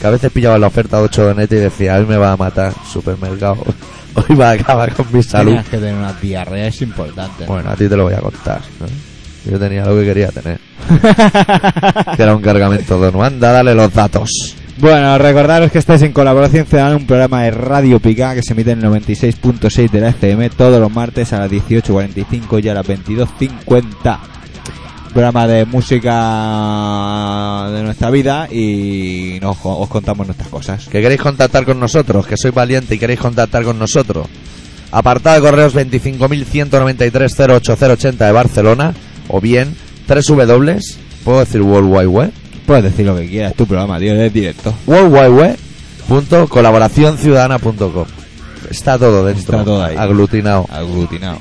Que a veces pillaba la oferta de ocho donetes y decía, a mí me va a matar, supermercado. Hoy va a acabar con mi salud. Tienes que tener una diarrea, es importante. Bueno, a ti te lo voy a contar. ¿no? Yo tenía lo que quería tener, que era un cargamento de donut. Anda, dale los datos. Bueno, recordaros que estáis en colaboración ciudadana, un programa de Radio Pica que se emite en el 96.6 de la FM todos los martes a las 18.45 y a las 22.50. Programa de música de nuestra vida y nos, os contamos nuestras cosas. que queréis contactar con nosotros, que sois valiente y queréis contactar con nosotros. Apartado de correos 25.193.08080 de Barcelona o bien 3 W, puedo decir World Wide Web, Puedes decir lo que quieras, tu programa, tío, es directo. World Wide Web punto colaboracionciudadana punto com. Está todo dentro, Está todo ahí. aglutinado. Aglutinado.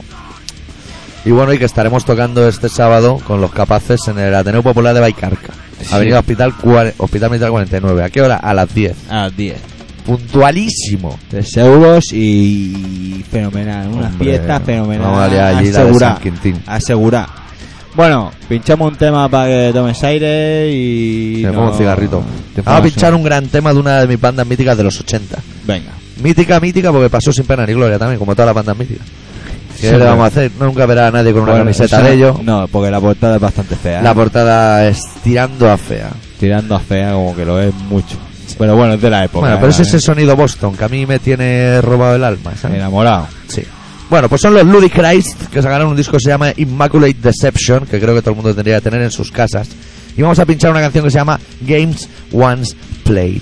Y Y bueno, y que estaremos tocando este sábado con los capaces en el Ateneo Popular de Baicarca. Sí. Avenida Hospital, cuare- Hospital Militar 49. ¿A qué hora? A las 10. A las 10. Puntualísimo. 3 euros y fenomenal. Una Hombre, fiesta fenomenal. vamos a liar allí la de Asegura, San Quintín. asegura. Bueno, pinchamos un tema para que tomes aire y. Me no- pongo un cigarrito. Vamos te a pongas pinchar un gran tema de una de mis bandas míticas de los 80. un- Venga. Mítica, mítica, porque pasó sin pena ni gloria también, como todas las bandas míticas. ¿Qué Sí, le pero- vamos a hacer? Nunca verá a nadie con una Bueno, camiseta eso- de ellos. No, porque la portada es bastante fea. ¿eh? La portada es tirando a fea. Tirando a fea, como que lo es mucho. Pero bueno, es de la época. ¿eh? bueno, pero ese era, es el sonido Boston, que a mí me tiene robado el alma. ¿eh? ¿sabes? Enamorado. Sí. Bueno, pues son los Ludichrist que sacaron un disco que se llama Immaculate Deception, que creo que todo el mundo tendría que tener en sus casas. Y vamos a pinchar una canción que se llama Games Once Played.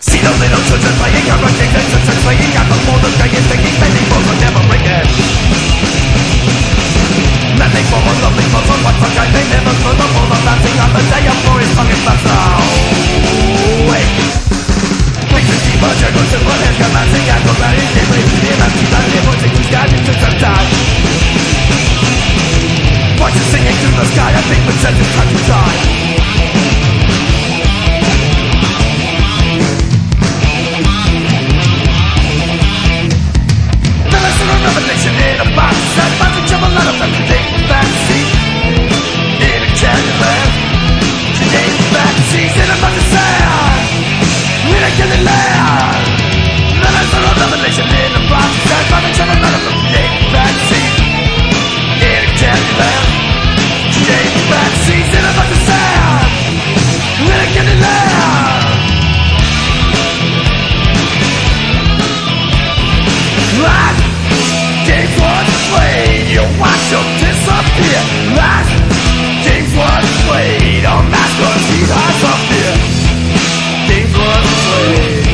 See the little children playing, our addicted children playing, and the molders dying, thinking that they will never break it. Men they fall in love, they fall for what for kind, they never throw the ball of dancing on the day of glorious fucking fast now. Wait. Things that keep on juggling, simple hands collapsing, and go right in deeply, the empty that they will take to sky, it's just a time. Voices singing through the sky, I think the sense is time to die. Then I saw a revelation in a box That finds a jumble out of everything fancy In a candyland Today fantasies in a fantasy In a candyland Then I saw a revelation in a box That finds a jumble out of everything fancy In a candyland Today fantasies in a fantasy In a candyland Life games one played, you watch them disappear. Life games one played, a master teeth eyes of fear. Games one played.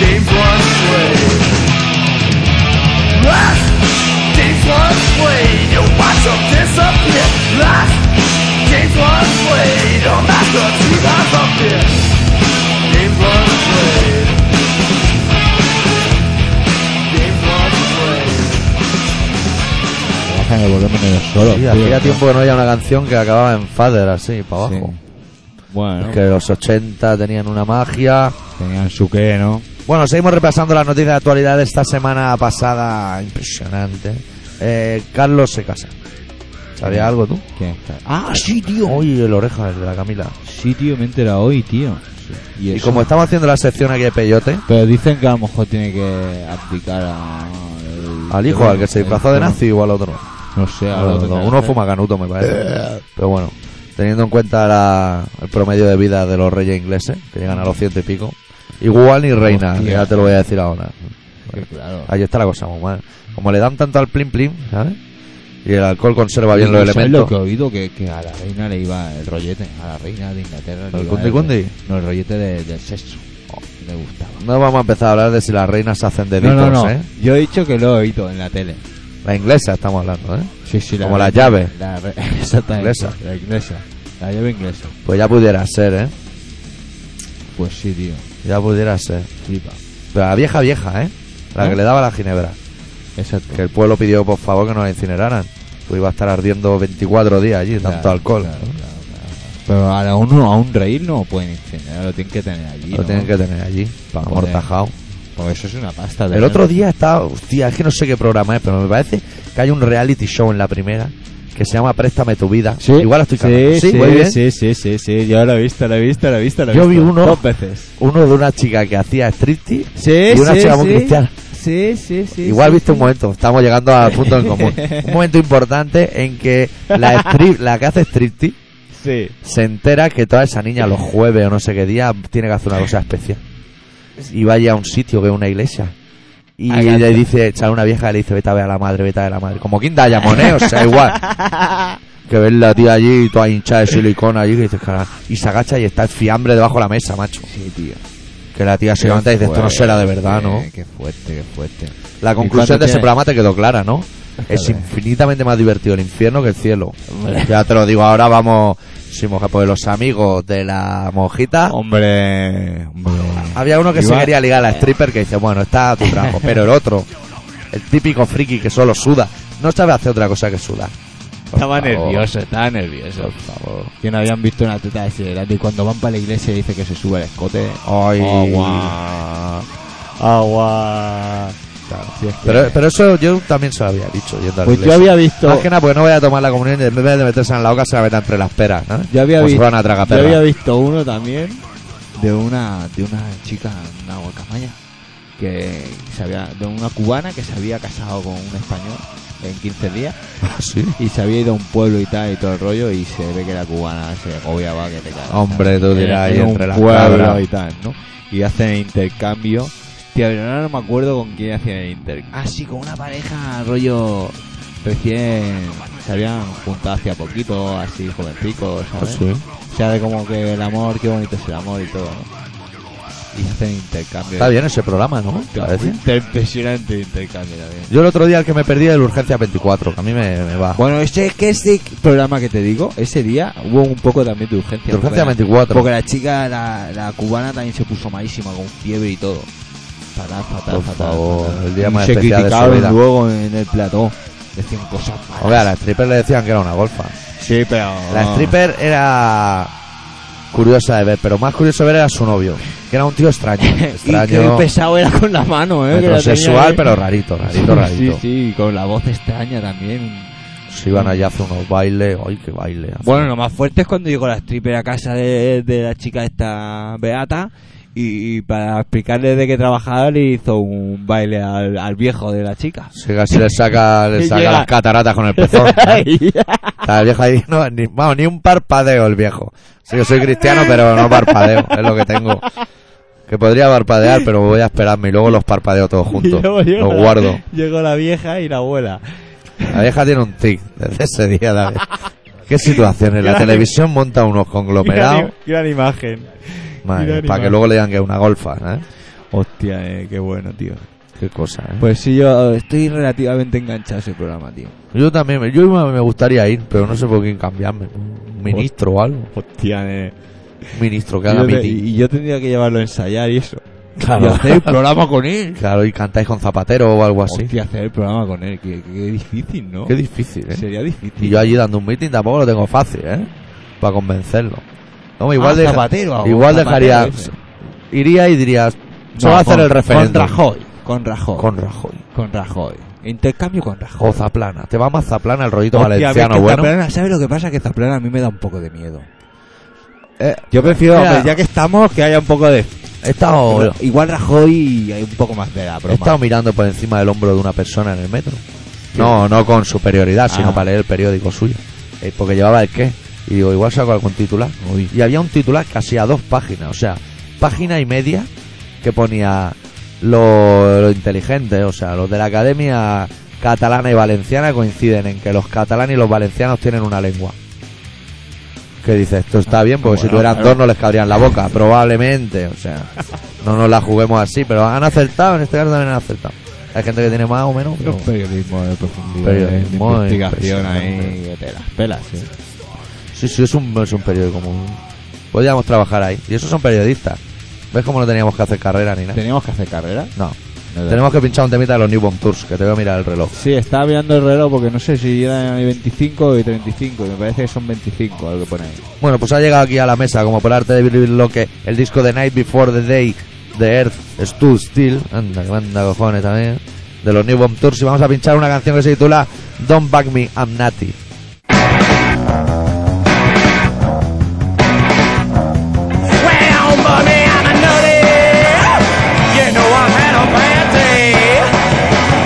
Games one played. Life games one played, you watch them disappear. Life games one played, a master teeth eyes of fear. Games one played. Games one played. Bajan el volumen en el solo. Sí, tío. hacía tiempo que no había una canción que acababa en Father así, para Sí. abajo. Bueno, Es que los 80 tenían una magia. tenían su qué, ¿no? Bueno, seguimos repasando las noticias de actualidad de esta semana pasada. Impresionante. Eh, Carlos se casa. ¿Sabías algo tú? ¿Qué? Ah, sí, tío. Oye, el oreja, el de la Camila. Sí, tío, me he enterado hoy, tío. Y, Y eso. como estamos haciendo la sección aquí de Peyote, Pero dicen que a lo mejor tiene que abdicar a- al hijo, al que se disfrazó de nazi o al otro. No sé, a No, lo que no, tenga uno que fuma canuto, me parece. Pero bueno, teniendo en cuenta la- el promedio de vida de los reyes ingleses, que llegan a los ciento y pico, igual ni reina, Hostia. ya te lo voy a decir ahora. hacer. Que Claro. Ahí está la cosa muy mal. Como le dan tanto al plin plin, ¿sabes? Y el alcohol conserva bien los ¿Sabes lo elementos. que he oído? Que, que a la reina le iba el rollete, a la reina de Inglaterra. le ¿El iba cundi cundi? No, el rollete de- del sexo. le gustaba. No vamos a empezar a hablar de si las reinas se hacen deditos, no, no, no. ¿eh? Yo he dicho que lo he oído en la tele. La inglesa estamos hablando, ¿eh? Sí, sí, Como las reina- llaves. La re- Exactamente. Inglesa. La inglesa. La llave inglesa. Pues ya pudiera ser, ¿eh? Pues sí, tío. Ya pudiera ser. Flipa. Pero la vieja vieja, ¿eh? La ¿No? que le daba la ginebra. Exacto. Que el pueblo pidió por favor que nos incineraran. Pues iba a estar ardiendo 24 días allí, Claro, tanto alcohol. claro, claro, claro. Pero a la- a un, a un reír no lo pueden incendiar, lo tienen que tener allí. Lo ¿no? tienen que tener allí, Para amortajado. Porque eso es una pasta. El otro día estaba, hostia, es que no sé qué programa es, pero me parece que hay un reality show en la primera que se llama Préstame tu vida. Sí, Igual la estoy cagando. sí, sí, muy bien. sí, sí, sí, sí, yo lo he visto, lo he visto, lo he visto. Lo he Yo vi visto uno. Dos veces. Uno de una chica que hacía striptease Sí, y una sí, chica sí. muy cristiana. Sí, sí, sí. Igual sí, viste un sí. momento, estamos llegando al punto en común. Un momento importante en que la, strip, la que hace striptease Sí. se entera que toda esa niña los jueves o no sé qué día tiene que hacer una cosa especial. Y vaya a un sitio que es una iglesia. Y Ahí le anda. dice, sale una vieja y le dice, vete a ver a la madre, vete a ver a la madre. Como Quinta Yamoné, o sea, igual. Que ves la tía allí, toda hinchada de silicona allí, que dices, "Cara", y se agacha y está el fiambre debajo de la mesa, macho. Sí, tío. Que la tía se levanta y dice, esto no será de verdad, ¿no? Qué fuerte, qué fuerte. La ¿Y conclusión cuánto de ese tiene? programa te quedó clara, ¿no? Es infinitamente más divertido el infierno que el cielo. Ya te lo digo, ahora vamos, si moja, pues los amigos de la mojita. Hombre, hombre. Había uno que se Iba- quería ligar a la stripper que dice, bueno, está a tu trabajo, pero el otro, el típico friki que solo suda, no sabe hacer otra cosa que sudar. Estaba favor. nervioso, estaba nervioso. Por favor. Que no habían visto una teta de ese grande. Y cuando van para la iglesia dice que se sube el escote. Ay. Oh, Agua. Agua. Si es que- Pero, pero eso yo también se lo había dicho yendo a la pues yo iglesia. había visto. Más que nada, porque no voy a tomar la comunión y en vez de meterse en la boca se la meta entre las peras, ¿no? Yo había Como si visto- fuera una yo tragaperra. había visto uno también de una de una chica, una guacamaya, que se había, de una cubana que se había casado con un español en 15 días Sí. y se había ido a un pueblo y tal y todo el rollo y se ve que la cubana se cobiaba que te cagas. Hombre, tú dirás, Eh, en y un entre las pueblo cabras. y tal, ¿no? Y hacen intercambio. Tío, pero ahora no me acuerdo con quién hacían el intercambio. Ah, sí, con una pareja rollo recién se habían juntado hacia poquito, así jovencicos, Ah, ¿sabes? O sea, de como que el amor, qué bonito es el amor y todo, ¿no? Y hacen intercambio. Está bien ese programa, ¿no? ¿Te Tío, parece? fue Impresionante intercambio también. Yo el otro día el que me perdí el Urgencia 24, que a mí me, me va. Bueno, ese que ese programa que te digo, ese día hubo un poco también de urgencia. De urgencia porque la- 24. Porque la chica, la, la cubana también se puso malísima con fiebre y todo. Fatal, fatal, Por fatal. favor, fatal. el día Y más se especial de su criticaron vida. luego en el plató. Decían cosas malas. Hombre, a la stripper le decían que era una golfa. Sí, pero... La stripper era curiosa de ver, pero más curioso de ver era su novio, que era un tío extraño. y que Extraño, pesado era con la mano, ¿eh? que la tenía heterosexual, ahí. pero rarito, rarito, rarito. Sí, sí, con la voz extraña también. Se iban allá a hacer unos bailes, ay, qué baile. hacen. Bueno, lo más fuerte es cuando llegó la stripper a casa de, de la chica esta beata y, y para explicarle de qué trabajaba le hizo un baile al, al viejo de la chica. Sí, casi le saca, le Y saca llega- las cataratas con el pezón. Está el viejo ahí, no, ni, vamos, ni un parpadeo el viejo. Sí, yo soy cristiano, pero no parpadeo, es lo que tengo. Que podría parpadear, pero voy a esperarme y luego los parpadeo todos Y juntos. luego llegó Los la- guardo. Llegó la vieja y la abuela. La vieja tiene un tic desde ese día. la vieja. ¿Qué situaciones? La Gran- televisión monta unos Gran, conglomerados gran imagen. gran para que imagen. luego le digan que es una golfa. ¿eh? Hostia, eh, qué bueno, tío. Qué cosa, ¿eh? Pues sí, yo estoy relativamente enganchado a ese programa, tío. Yo también, me- yo iba- me gustaría ir, pero no sé por quién cambiarme. Un ministro o algo. Hostia, eh. Un ministro que haga Pues- Yo te- meeting. y yo tendría que llevarlo a ensayar y eso. Claro. Y hacer el programa con él. Claro, y cantáis con Zapatero o algo así. Hostia, hacer el programa con él, qué, pues qué difícil, ¿no? Qué difícil, ¿eh? Sería difícil. Y yo allí dando un meeting tampoco lo tengo fácil, ¿eh? Para convencerlo. No, igual, Ah, deja- Zapatero, ah, igual Zapatero dejaría... ese. Iría y dirías... Solo No, hacer con- el referéndum. Con Rajoy. Con Rajoy. Con Rajoy. Con Rajoy. Intercambio con Rajoy. O Zaplana. Te va más Zaplana el rollito Hostia, a mí es que valenciano, bueno. Zaplana- ¿Sabes lo que pasa? Que Zaplana a mí me da un poco de miedo. Eh, Yo prefiero, Mira. hombre, ya que estamos, que haya un poco de... he, estado, Pero Igual Rajoy hay un poco más de la he broma. estado mirando por encima del hombro de una persona en el metro. No, no con superioridad, sino Ah. para leer el periódico suyo. Eh, porque llevaba el qué. Y digo, igual saco algún titular. Uy. Y había un titular casi a dos páginas, o sea, página y media que ponía lo, lo inteligente, o sea, los de la Academia Catalana y Valenciana coinciden en que los catalanes y los valencianos tienen una lengua. Que dice, esto está bien, porque si Bueno, tuvieran claro. dos no les cabrían la boca, probablemente, o sea, no nos la juguemos así, pero han acertado, en este caso también han acertado. Hay gente que tiene más o menos, pero... Un periodismo de profundidad, Periodismo de investigación ahí, impresionante. que te las pelas, ¿eh? Sí, sí, es un, es un periódico común. Podríamos trabajar ahí. Y esos son periodistas. ¿Ves cómo no teníamos que hacer carrera ni nada? ¿Teníamos que hacer carrera? No. No, Tenemos que pinchar un temita de los Newborn Tours, que te voy a mirar el reloj. Sí, estaba mirando el reloj porque no sé si eran 25 y 35. Y me parece que son 25 lo que pone ahí. Bueno, pues ha llegado aquí a la mesa, como por arte de vivir lo que el disco de Night Before the Day de Earth Stood Still. Anda, que manda cojones también. ¿eh? De los Newborn Tours. Y vamos a pinchar una canción que se titula Don't Back Me, I'm Natty. Well, mommy, I'm a nutty. You know I've had a bad day. Oh,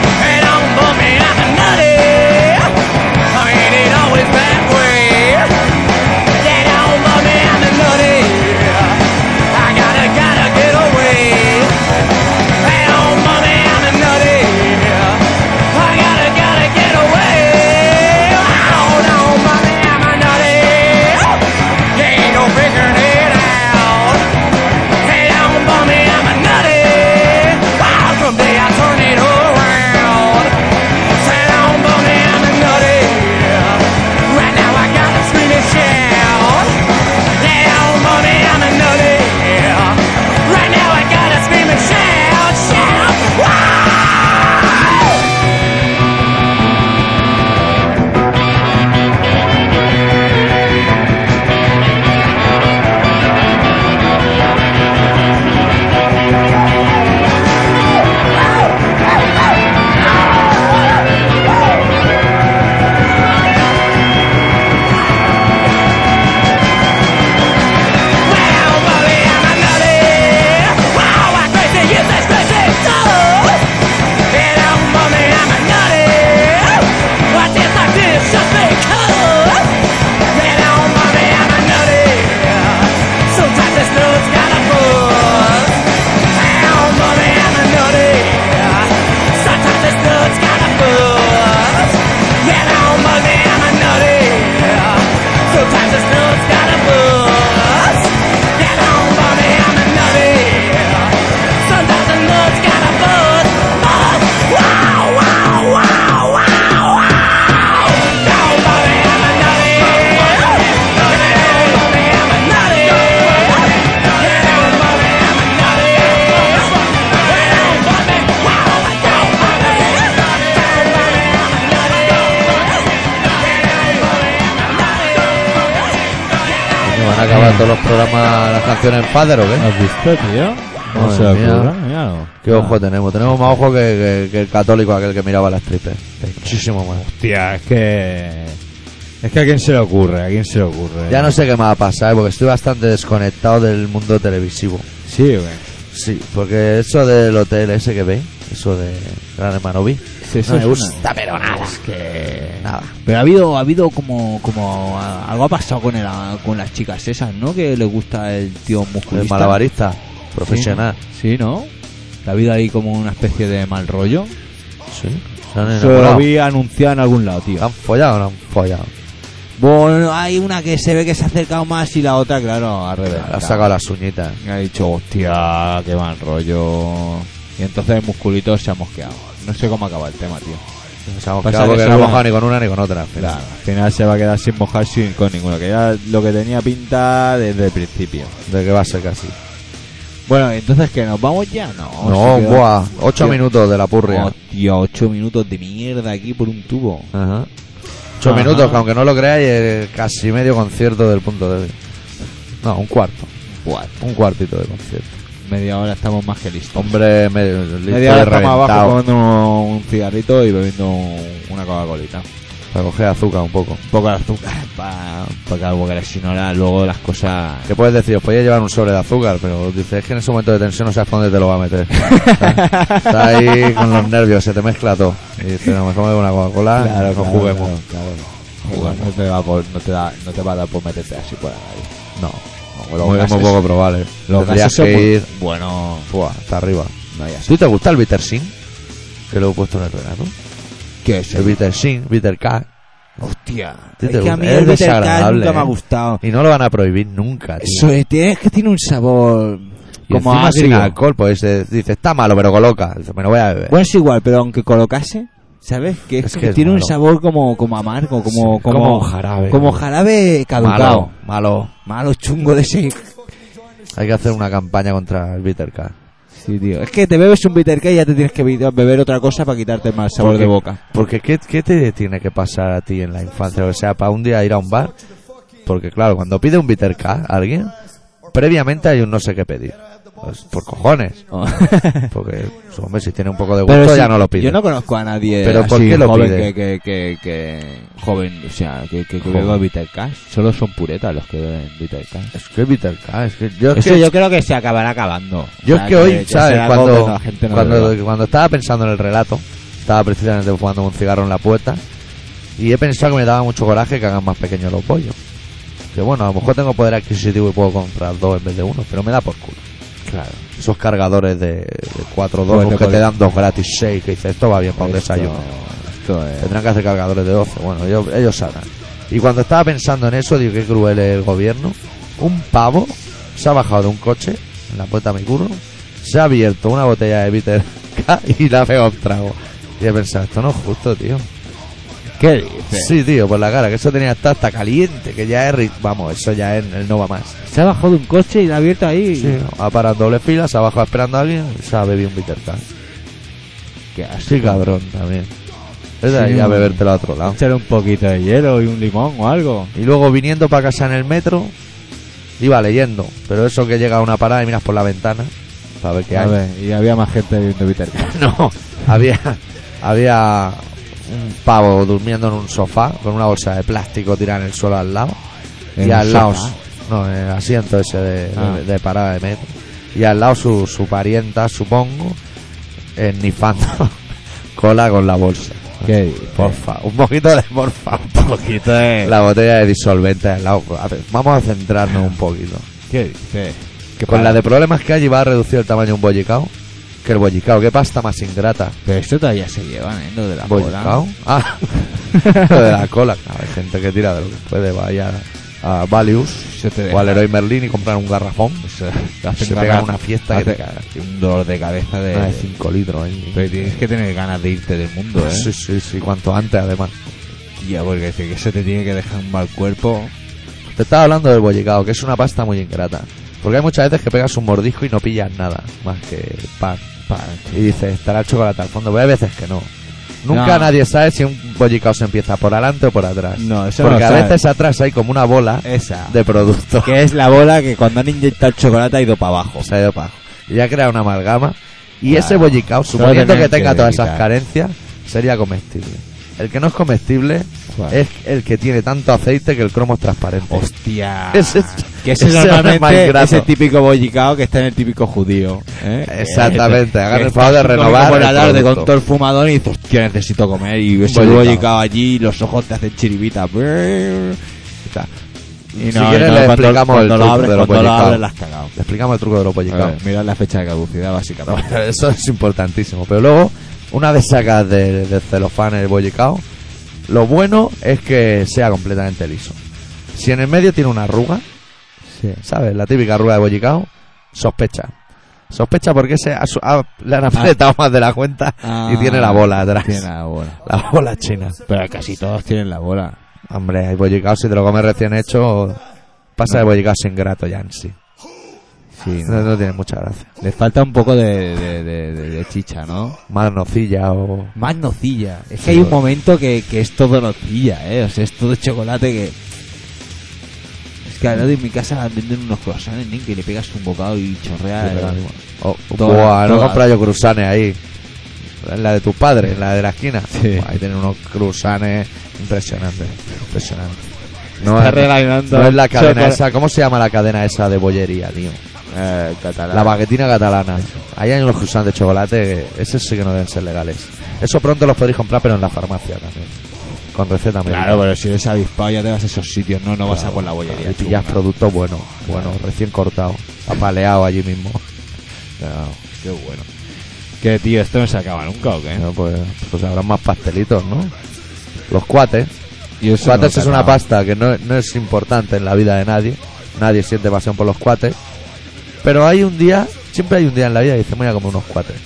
van a acabar todos los programas, las canciones en Father o qué? ¿Has visto, tío? No Madre se lo mía. ocurra, míralo. ¿Qué ojo tenemos? Tenemos más ojo que, que- que el católico aquel que miraba las tripes. Muchísimo más. Hostia, es que. Es que a quién se le ocurre, a quién se le ocurre. Ya no sé qué me va a pasar, ¿eh? porque estoy bastante desconectado del mundo televisivo. Sí, güey. Sí, porque eso del hotel ese que veis, eso de Gran Hermano vi. Sí, eso no me es gusta, una- pero nada. Es que... Nada. Pero ha habido, ha habido como, como a- algo ha pasado con el, a- con las chicas esas, ¿no? Que le gusta el tío musculista. El Pues malabarista profesional. Sí, ¿no? Ha habido ahí como una especie de mal rollo. Sí. Se han Eso lo enamorado. vi anunciado en algún lado, tío. ¿Han follado o no han follado? Bueno, hay una que se ve que se ha acercado más y la otra, claro, al revés. Le ha sacado las uñitas. Me ha dicho, hostia, qué mal rollo. Y entonces el musculito se ha mosqueado. No sé cómo acaba el tema, tío. Se ha mosqueado Pasa que porque se no ha va- mojado ni con una ni con otra. al final. Claro, al final se va a quedar sin mojar sin, con ninguno, que era lo que tenía pinta desde el principio. De que va a ser casi. Bueno, entonces que nos vamos ya, no. no, se quedó- buah. Ocho Tío. minutos de la purria. Hostia, ocho minutos de mierda aquí por un tubo. Ajá. Ocho Ajá. minutos, que aunque no lo creáis, es casi medio concierto del punto de No, un cuarto. Buah, Un cuartito de concierto. media hora estamos más que listos. Hombre, medio listo Media hora de estamos abajo reventado. comiendo un, un cigarrito y bebiendo un- una Coca-Colita. Para coger azúcar un poco. Un poco de azúcar. Pa- Porque algo que si no, la- luego las cosas... Que puedes decir, os podía llevar un sobre de azúcar, pero dices, es que en ese momento de tensión no sabes dónde te lo va a meter. Está- Está ahí con los nervios, se te mezcla todo. Y dices, no, mejor me bebo una Coca-Cola y no juguemos. claro, claro. No, te va por- no te da- no te va a dar por meterte así por ahí. No, los muy, muy gases- poco probable. Los Tendrías gases que ir son muy- Bueno, buah, hasta arriba. no ya sé. ¿Tú te gusta el Bitter Sin? Que lo he puesto en el verano. ¿Qué es El Bitter Sin, Bitter K. Hostia. ¿Te Es te que gusta? a mí Es el Bitter Cat desagradable, nunca me ha ¿eh? gustado. Y no lo van a prohibir nunca, tío. Eso es, tiene- es que tiene un sabor Y como encima sin agrio. alcohol, pues se dice, está malo, pero coloca. Dice, me lo voy a beber. Bueno, es igual, pero aunque colocase, ¿sabes? Que, es Es que que es tiene un malo. sabor como, como amargo, como, Sí, como, como jarabe. Como jarabe caducado. malo, Malo, malo. chungo de ese. Hay que hacer una campaña contra el Bitter K. Sí, tío. Es que te bebes un bitter K y ya te tienes que be- beber otra cosa para quitarte más sabor Porque- de boca. Porque ¿qué, qué te tiene que pasar a ti en la infancia? O sea, para un día ir a un bar. Porque claro, cuando pide un bitter K a alguien, previamente hay un no sé qué pedir. Pues, por cojones. Porque, hombre, si tiene un poco de gusto ya sí, no lo pide. Yo no conozco a nadie Pero ¿por así, qué lo joven pide? Que, que, que, que- joven, o sea, que, que, que Joven. beba bitter K. Solo son puretas los que beben bitter K. Es que bitter K, es que yo es Eso que, yo creo que se acabará acabando. yo O es sea, que hoy, ya ¿sabes? será algo Cuando, que la gente no beba. cuando, cuando estaba pensando en el relato, estaba precisamente fumando un cigarro en la puerta y he pensado que me daba mucho coraje que hagan más pequeños los pollos. Que bueno, a lo mejor tengo poder adquisitivo y puedo comprar dos en vez de uno, pero me da por culo. Claro. esos cargadores de, de 4 Bueno, dólares que pues con- te dan dos gratis 6 que dices esto va bien para un Esto- desayuno Esto es... tendrán que hacer cargadores de 12 bueno ellos, ellos sabrán y cuando estaba pensando en eso digo qué cruel es el gobierno un pavo se ha bajado de un coche en la puerta de mi curro se ha abierto una botella de bitter K y la ha pegado un trago y he pensado esto no es justo tío ¿Qué dices? sí tío por la cara que eso tenía hasta, hasta caliente que ya es ri- vamos eso ya es el no va más Se ha bajado de un coche y la ha abierto ahí. sí, ha parado en doble fila se ha bajado esperando a alguien y se ha bebido un bitter K Qué asco. Sí, cabrón, también. Es de ahí a bebértelo a otro lado. Echar un poquito de hielo y un limón o algo. Y luego viniendo para casa en el metro, iba leyendo. Pero eso que llega a una parada y miras por la ventana, para ver qué A hay. ver, y había más gente viendo Peter Pan. No, había, había un pavo durmiendo en un sofá con una bolsa de plástico tirada en el suelo al lado. ¿En y un al lado, sofá? su- no, en el asiento ese de, Ah. de- de parada de metro. Y al lado su, su parienta, supongo, esnifando cola con la bolsa. ¿Qué dices? Porfa, un poquito de porfa, un poquito de- La botella de disolvente al lado. A ver, vamos a centrarnos un poquito. ¿Qué dices? ¿Qué Con pasa? la de problemas que hay, va a reducir el tamaño de un bollicao. Que el bollicao, qué pasta más ingrata. Pero esto todavía se llevan, ¿eh? Lo de la ¿Bollicao? bola. Ah, lo de la cola. Hay gente que tira de lo que puede, vaya a Valius Se te o al deja- Heroi Merlin y compran un garrafón. se, Se hacen pegan ganas- una fiesta que hace- te cagas. Un dolor de cabeza de... Una de 5 litros ahí. Pero tienes que tener ganas de irte del mundo, ¿eh? Sí, sí, sí, cuanto antes además. Ya, porque dice que eso te tiene que dejar un mal cuerpo. Te estaba hablando del bollicao, que es una pasta muy ingrata. Porque hay muchas veces que pegas un mordisco y no pillas nada más que pan. Pan, Y dices, estará el chocolate al fondo. Pero hay veces que no. Nunca No. nadie sabe si un bollicao se empieza por adelante o por atrás. No, eso Porque no a sabe. veces atrás hay como una bola Esa. de producto. Que es la bola que cuando han inyectado el chocolate ha ido para abajo. Se ha ido para Ya crea una amalgama. Y Claro. ese bollicao, Solo suponiendo que tenían que tenga todas esas quitar. carencias, sería comestible. El que no es comestible ¿Cuál? es el que tiene tanto aceite que el cromo es transparente. Hostia. Ese- que ese, es ese ahora es más normalmente grato. ese típico bollicao que está en el típico judío. ¿eh? Exactamente, Que- hagan que el favor de está como renovar como el la tarde producto. con todo el fumador y dices, hostia, necesito comer. Y ves el Bollicao. bollicao allí y los ojos te hacen chiribita. Brrr. Está. Y Si quieres le cuando- explicamos el cuando lo truco abres, de los cuando lo bollicaos. abres, la has cagado. Le explicamos el truco de los bollicaos. Mira la fecha de caducidad, básicamente. Eso es importantísimo. Pero luego, una vez sacas de, de celofán el bollicao, lo bueno es que sea completamente liso. Si en el medio tiene una arruga, ¿sabes? La típica arruga de bollicao, sospecha. Sospecha porque se ha su- ha- le han apretado más de la cuenta y tiene la bola atrás. Ah. Tiene la bola. La bola china. Pero casi todos tienen la bola. Hombre, el bollicao, si te lo comes recién hecho, pasa de bollicao sin grato, ya en sí. Sí, No, no tiene mucha gracia. Les falta un poco de, de- de- de- de chicha, ¿no? Más nocilla o... Más nocilla. Es que hay un momento que, que es todo nocilla, ¿eh? O sea, es todo chocolate que... Es que al lado de mi casa venden unos croissants, nen, que le pegas un bocado y chorrea. Pero- el- Oh, Todas, buah, no todas. compra yo cruzanes ahí. En la de tu padre, en la de la esquina. Sí. Buah, ahí tienen unos cruzanes impresionantes. Impresionantes. No, Está es, regalando no es la cadena chocolate. esa. ¿Cómo se llama la cadena esa de bollería, tío? Eh, catalán. La baguetina catalana. Ahí hay unos cruzanes de chocolate. que Esos sí que no deben ser legales. Eso pronto los podéis comprar, pero en la farmacia también. Con receta médica. Claro, pero si eres avispado ya te vas a esos sitios, no, no vas a por la bollería. Y pillas chunga. productos buenos. Bueno, recién cortado. Apaleado allí mismo. Claro, qué bueno. Que tío, esto no se acaba nunca, ¿o qué? Bueno, pues, pues habrá más pastelitos, ¿no? Los cuates. Y eso Cuates no es se una acaba. pasta que no, no es importante en la vida de nadie. Nadie siente pasión por los cuates. Pero hay un día, siempre hay un día en la vida que dice, voy a comer unos cuates.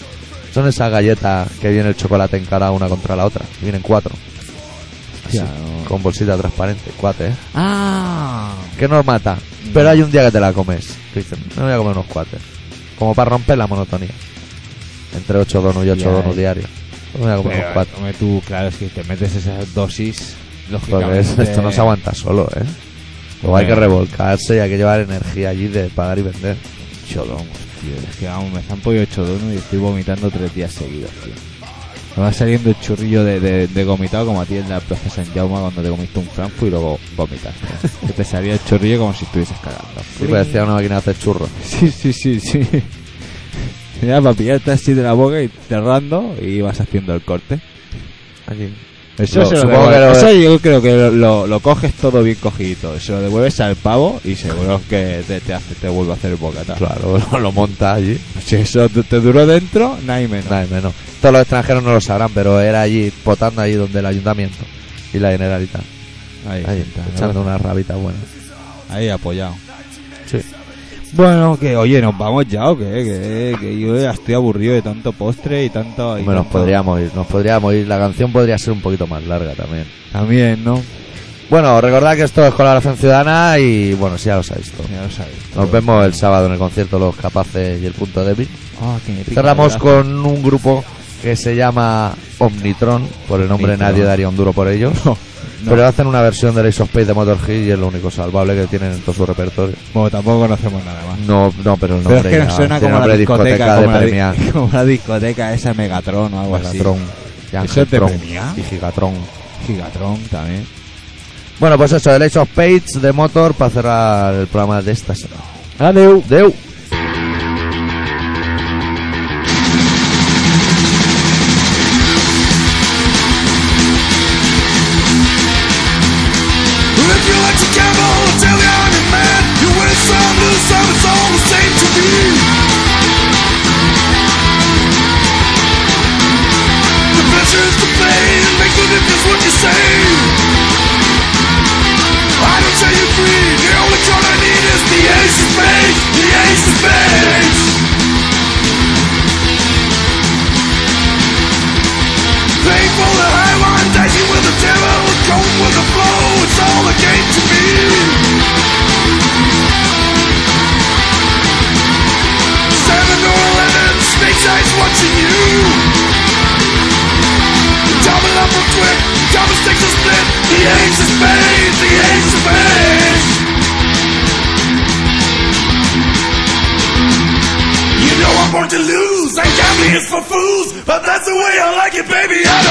Son esas galletas que viene el chocolate encarado una contra la otra. Y vienen cuatro. Así, Hostia, no. Con bolsita transparente, cuates. ¿eh? ¡Ah! Que no mata. Pero hay un día que te la comes. Que dices, me voy a comer unos cuates. Como para romper la monotonía. Entre ocho donos y ocho Ya, donos eh. diarios. Me voy a comer unos Pero, cuates. hombre, tú, claro, es que te metes esas dosis, Porque lógicamente... es- esto no se aguanta solo, ¿eh? Luego hay que revolcarse y hay que llevar energía allí de pagar y vender. Chodón, tío. Es que vamos, me están pollo chodón y estoy vomitando tres días seguidos, tío. Me va saliendo el churrillo de, de, de vomitado como a ti en la Plaza San Jaume cuando te comiste un franco y luego vomitaste. Que te salía el churrillo como si estuvieses cagando. Y parecía una máquina de hacer churros. Sí, sí, sí, sí. Ya para pillarte así de la boca y cerrando y vas haciendo el corte. Aquí. Eso, Lo- se lo supongo devuelve- que lo- eso yo creo que lo, lo- lo coges todo bien cogidito. Se lo devuelves al pavo y seguro que te, te, hace, te vuelve a hacer el bocata. Claro, lo, lo monta allí. Si eso te, te duró dentro, nadie menos. Nada y menos. Todos los extranjeros no lo sabrán, pero era allí, potando allí donde el ayuntamiento y la generalita. Ahí, Ahí, está, echando una rabita buena. ahí apoyado. Sí. Bueno, que oye, nos vamos ya o qué? Que, que yo ya estoy aburrido de tanto postre y tanto. y Hombre, nos tanto- podríamos ir, nos podríamos ir. La canción podría ser un poquito más larga también. También, ¿no? Bueno, recordad que esto es colaboración ciudadana y bueno, si ya lo sabéis todo. Ya lo sabéis. Nos vemos el sábado en el concierto Los Capaces y el Punto Débil. Ah, que me pica Cerramos el brazo. con un grupo que se llama Omnitron, por el nombre Omnitron. nadie daría un duro por ellos. Pero hacen una versión del Ace of Space de Motorhead y es lo único salvable que tienen en todo su repertorio. Bueno, tampoco conocemos nada más. No, no, pero el Pero nombre es que ya, nos suena tiene como la nombre de discoteca, de como, la di- premiar. como la discoteca esa Megatron o algo Megatron, y ¿Eso es de Angeltron premiar? y Gigatron. así. Gigatron también. Bueno, pues eso, el Ace of Spades de Motor para cerrar el programa de esta semana. Deu. If you like to gamble until you're on your man, you win some, lose some, it's all the same to me. The pleasure is to play and make the difference what you say. I don't say you free, the only card I need is the ace of spades, the ace of the age of man. You know I'm born to lose, and gambling is for fools, but that's the way I like it, baby. I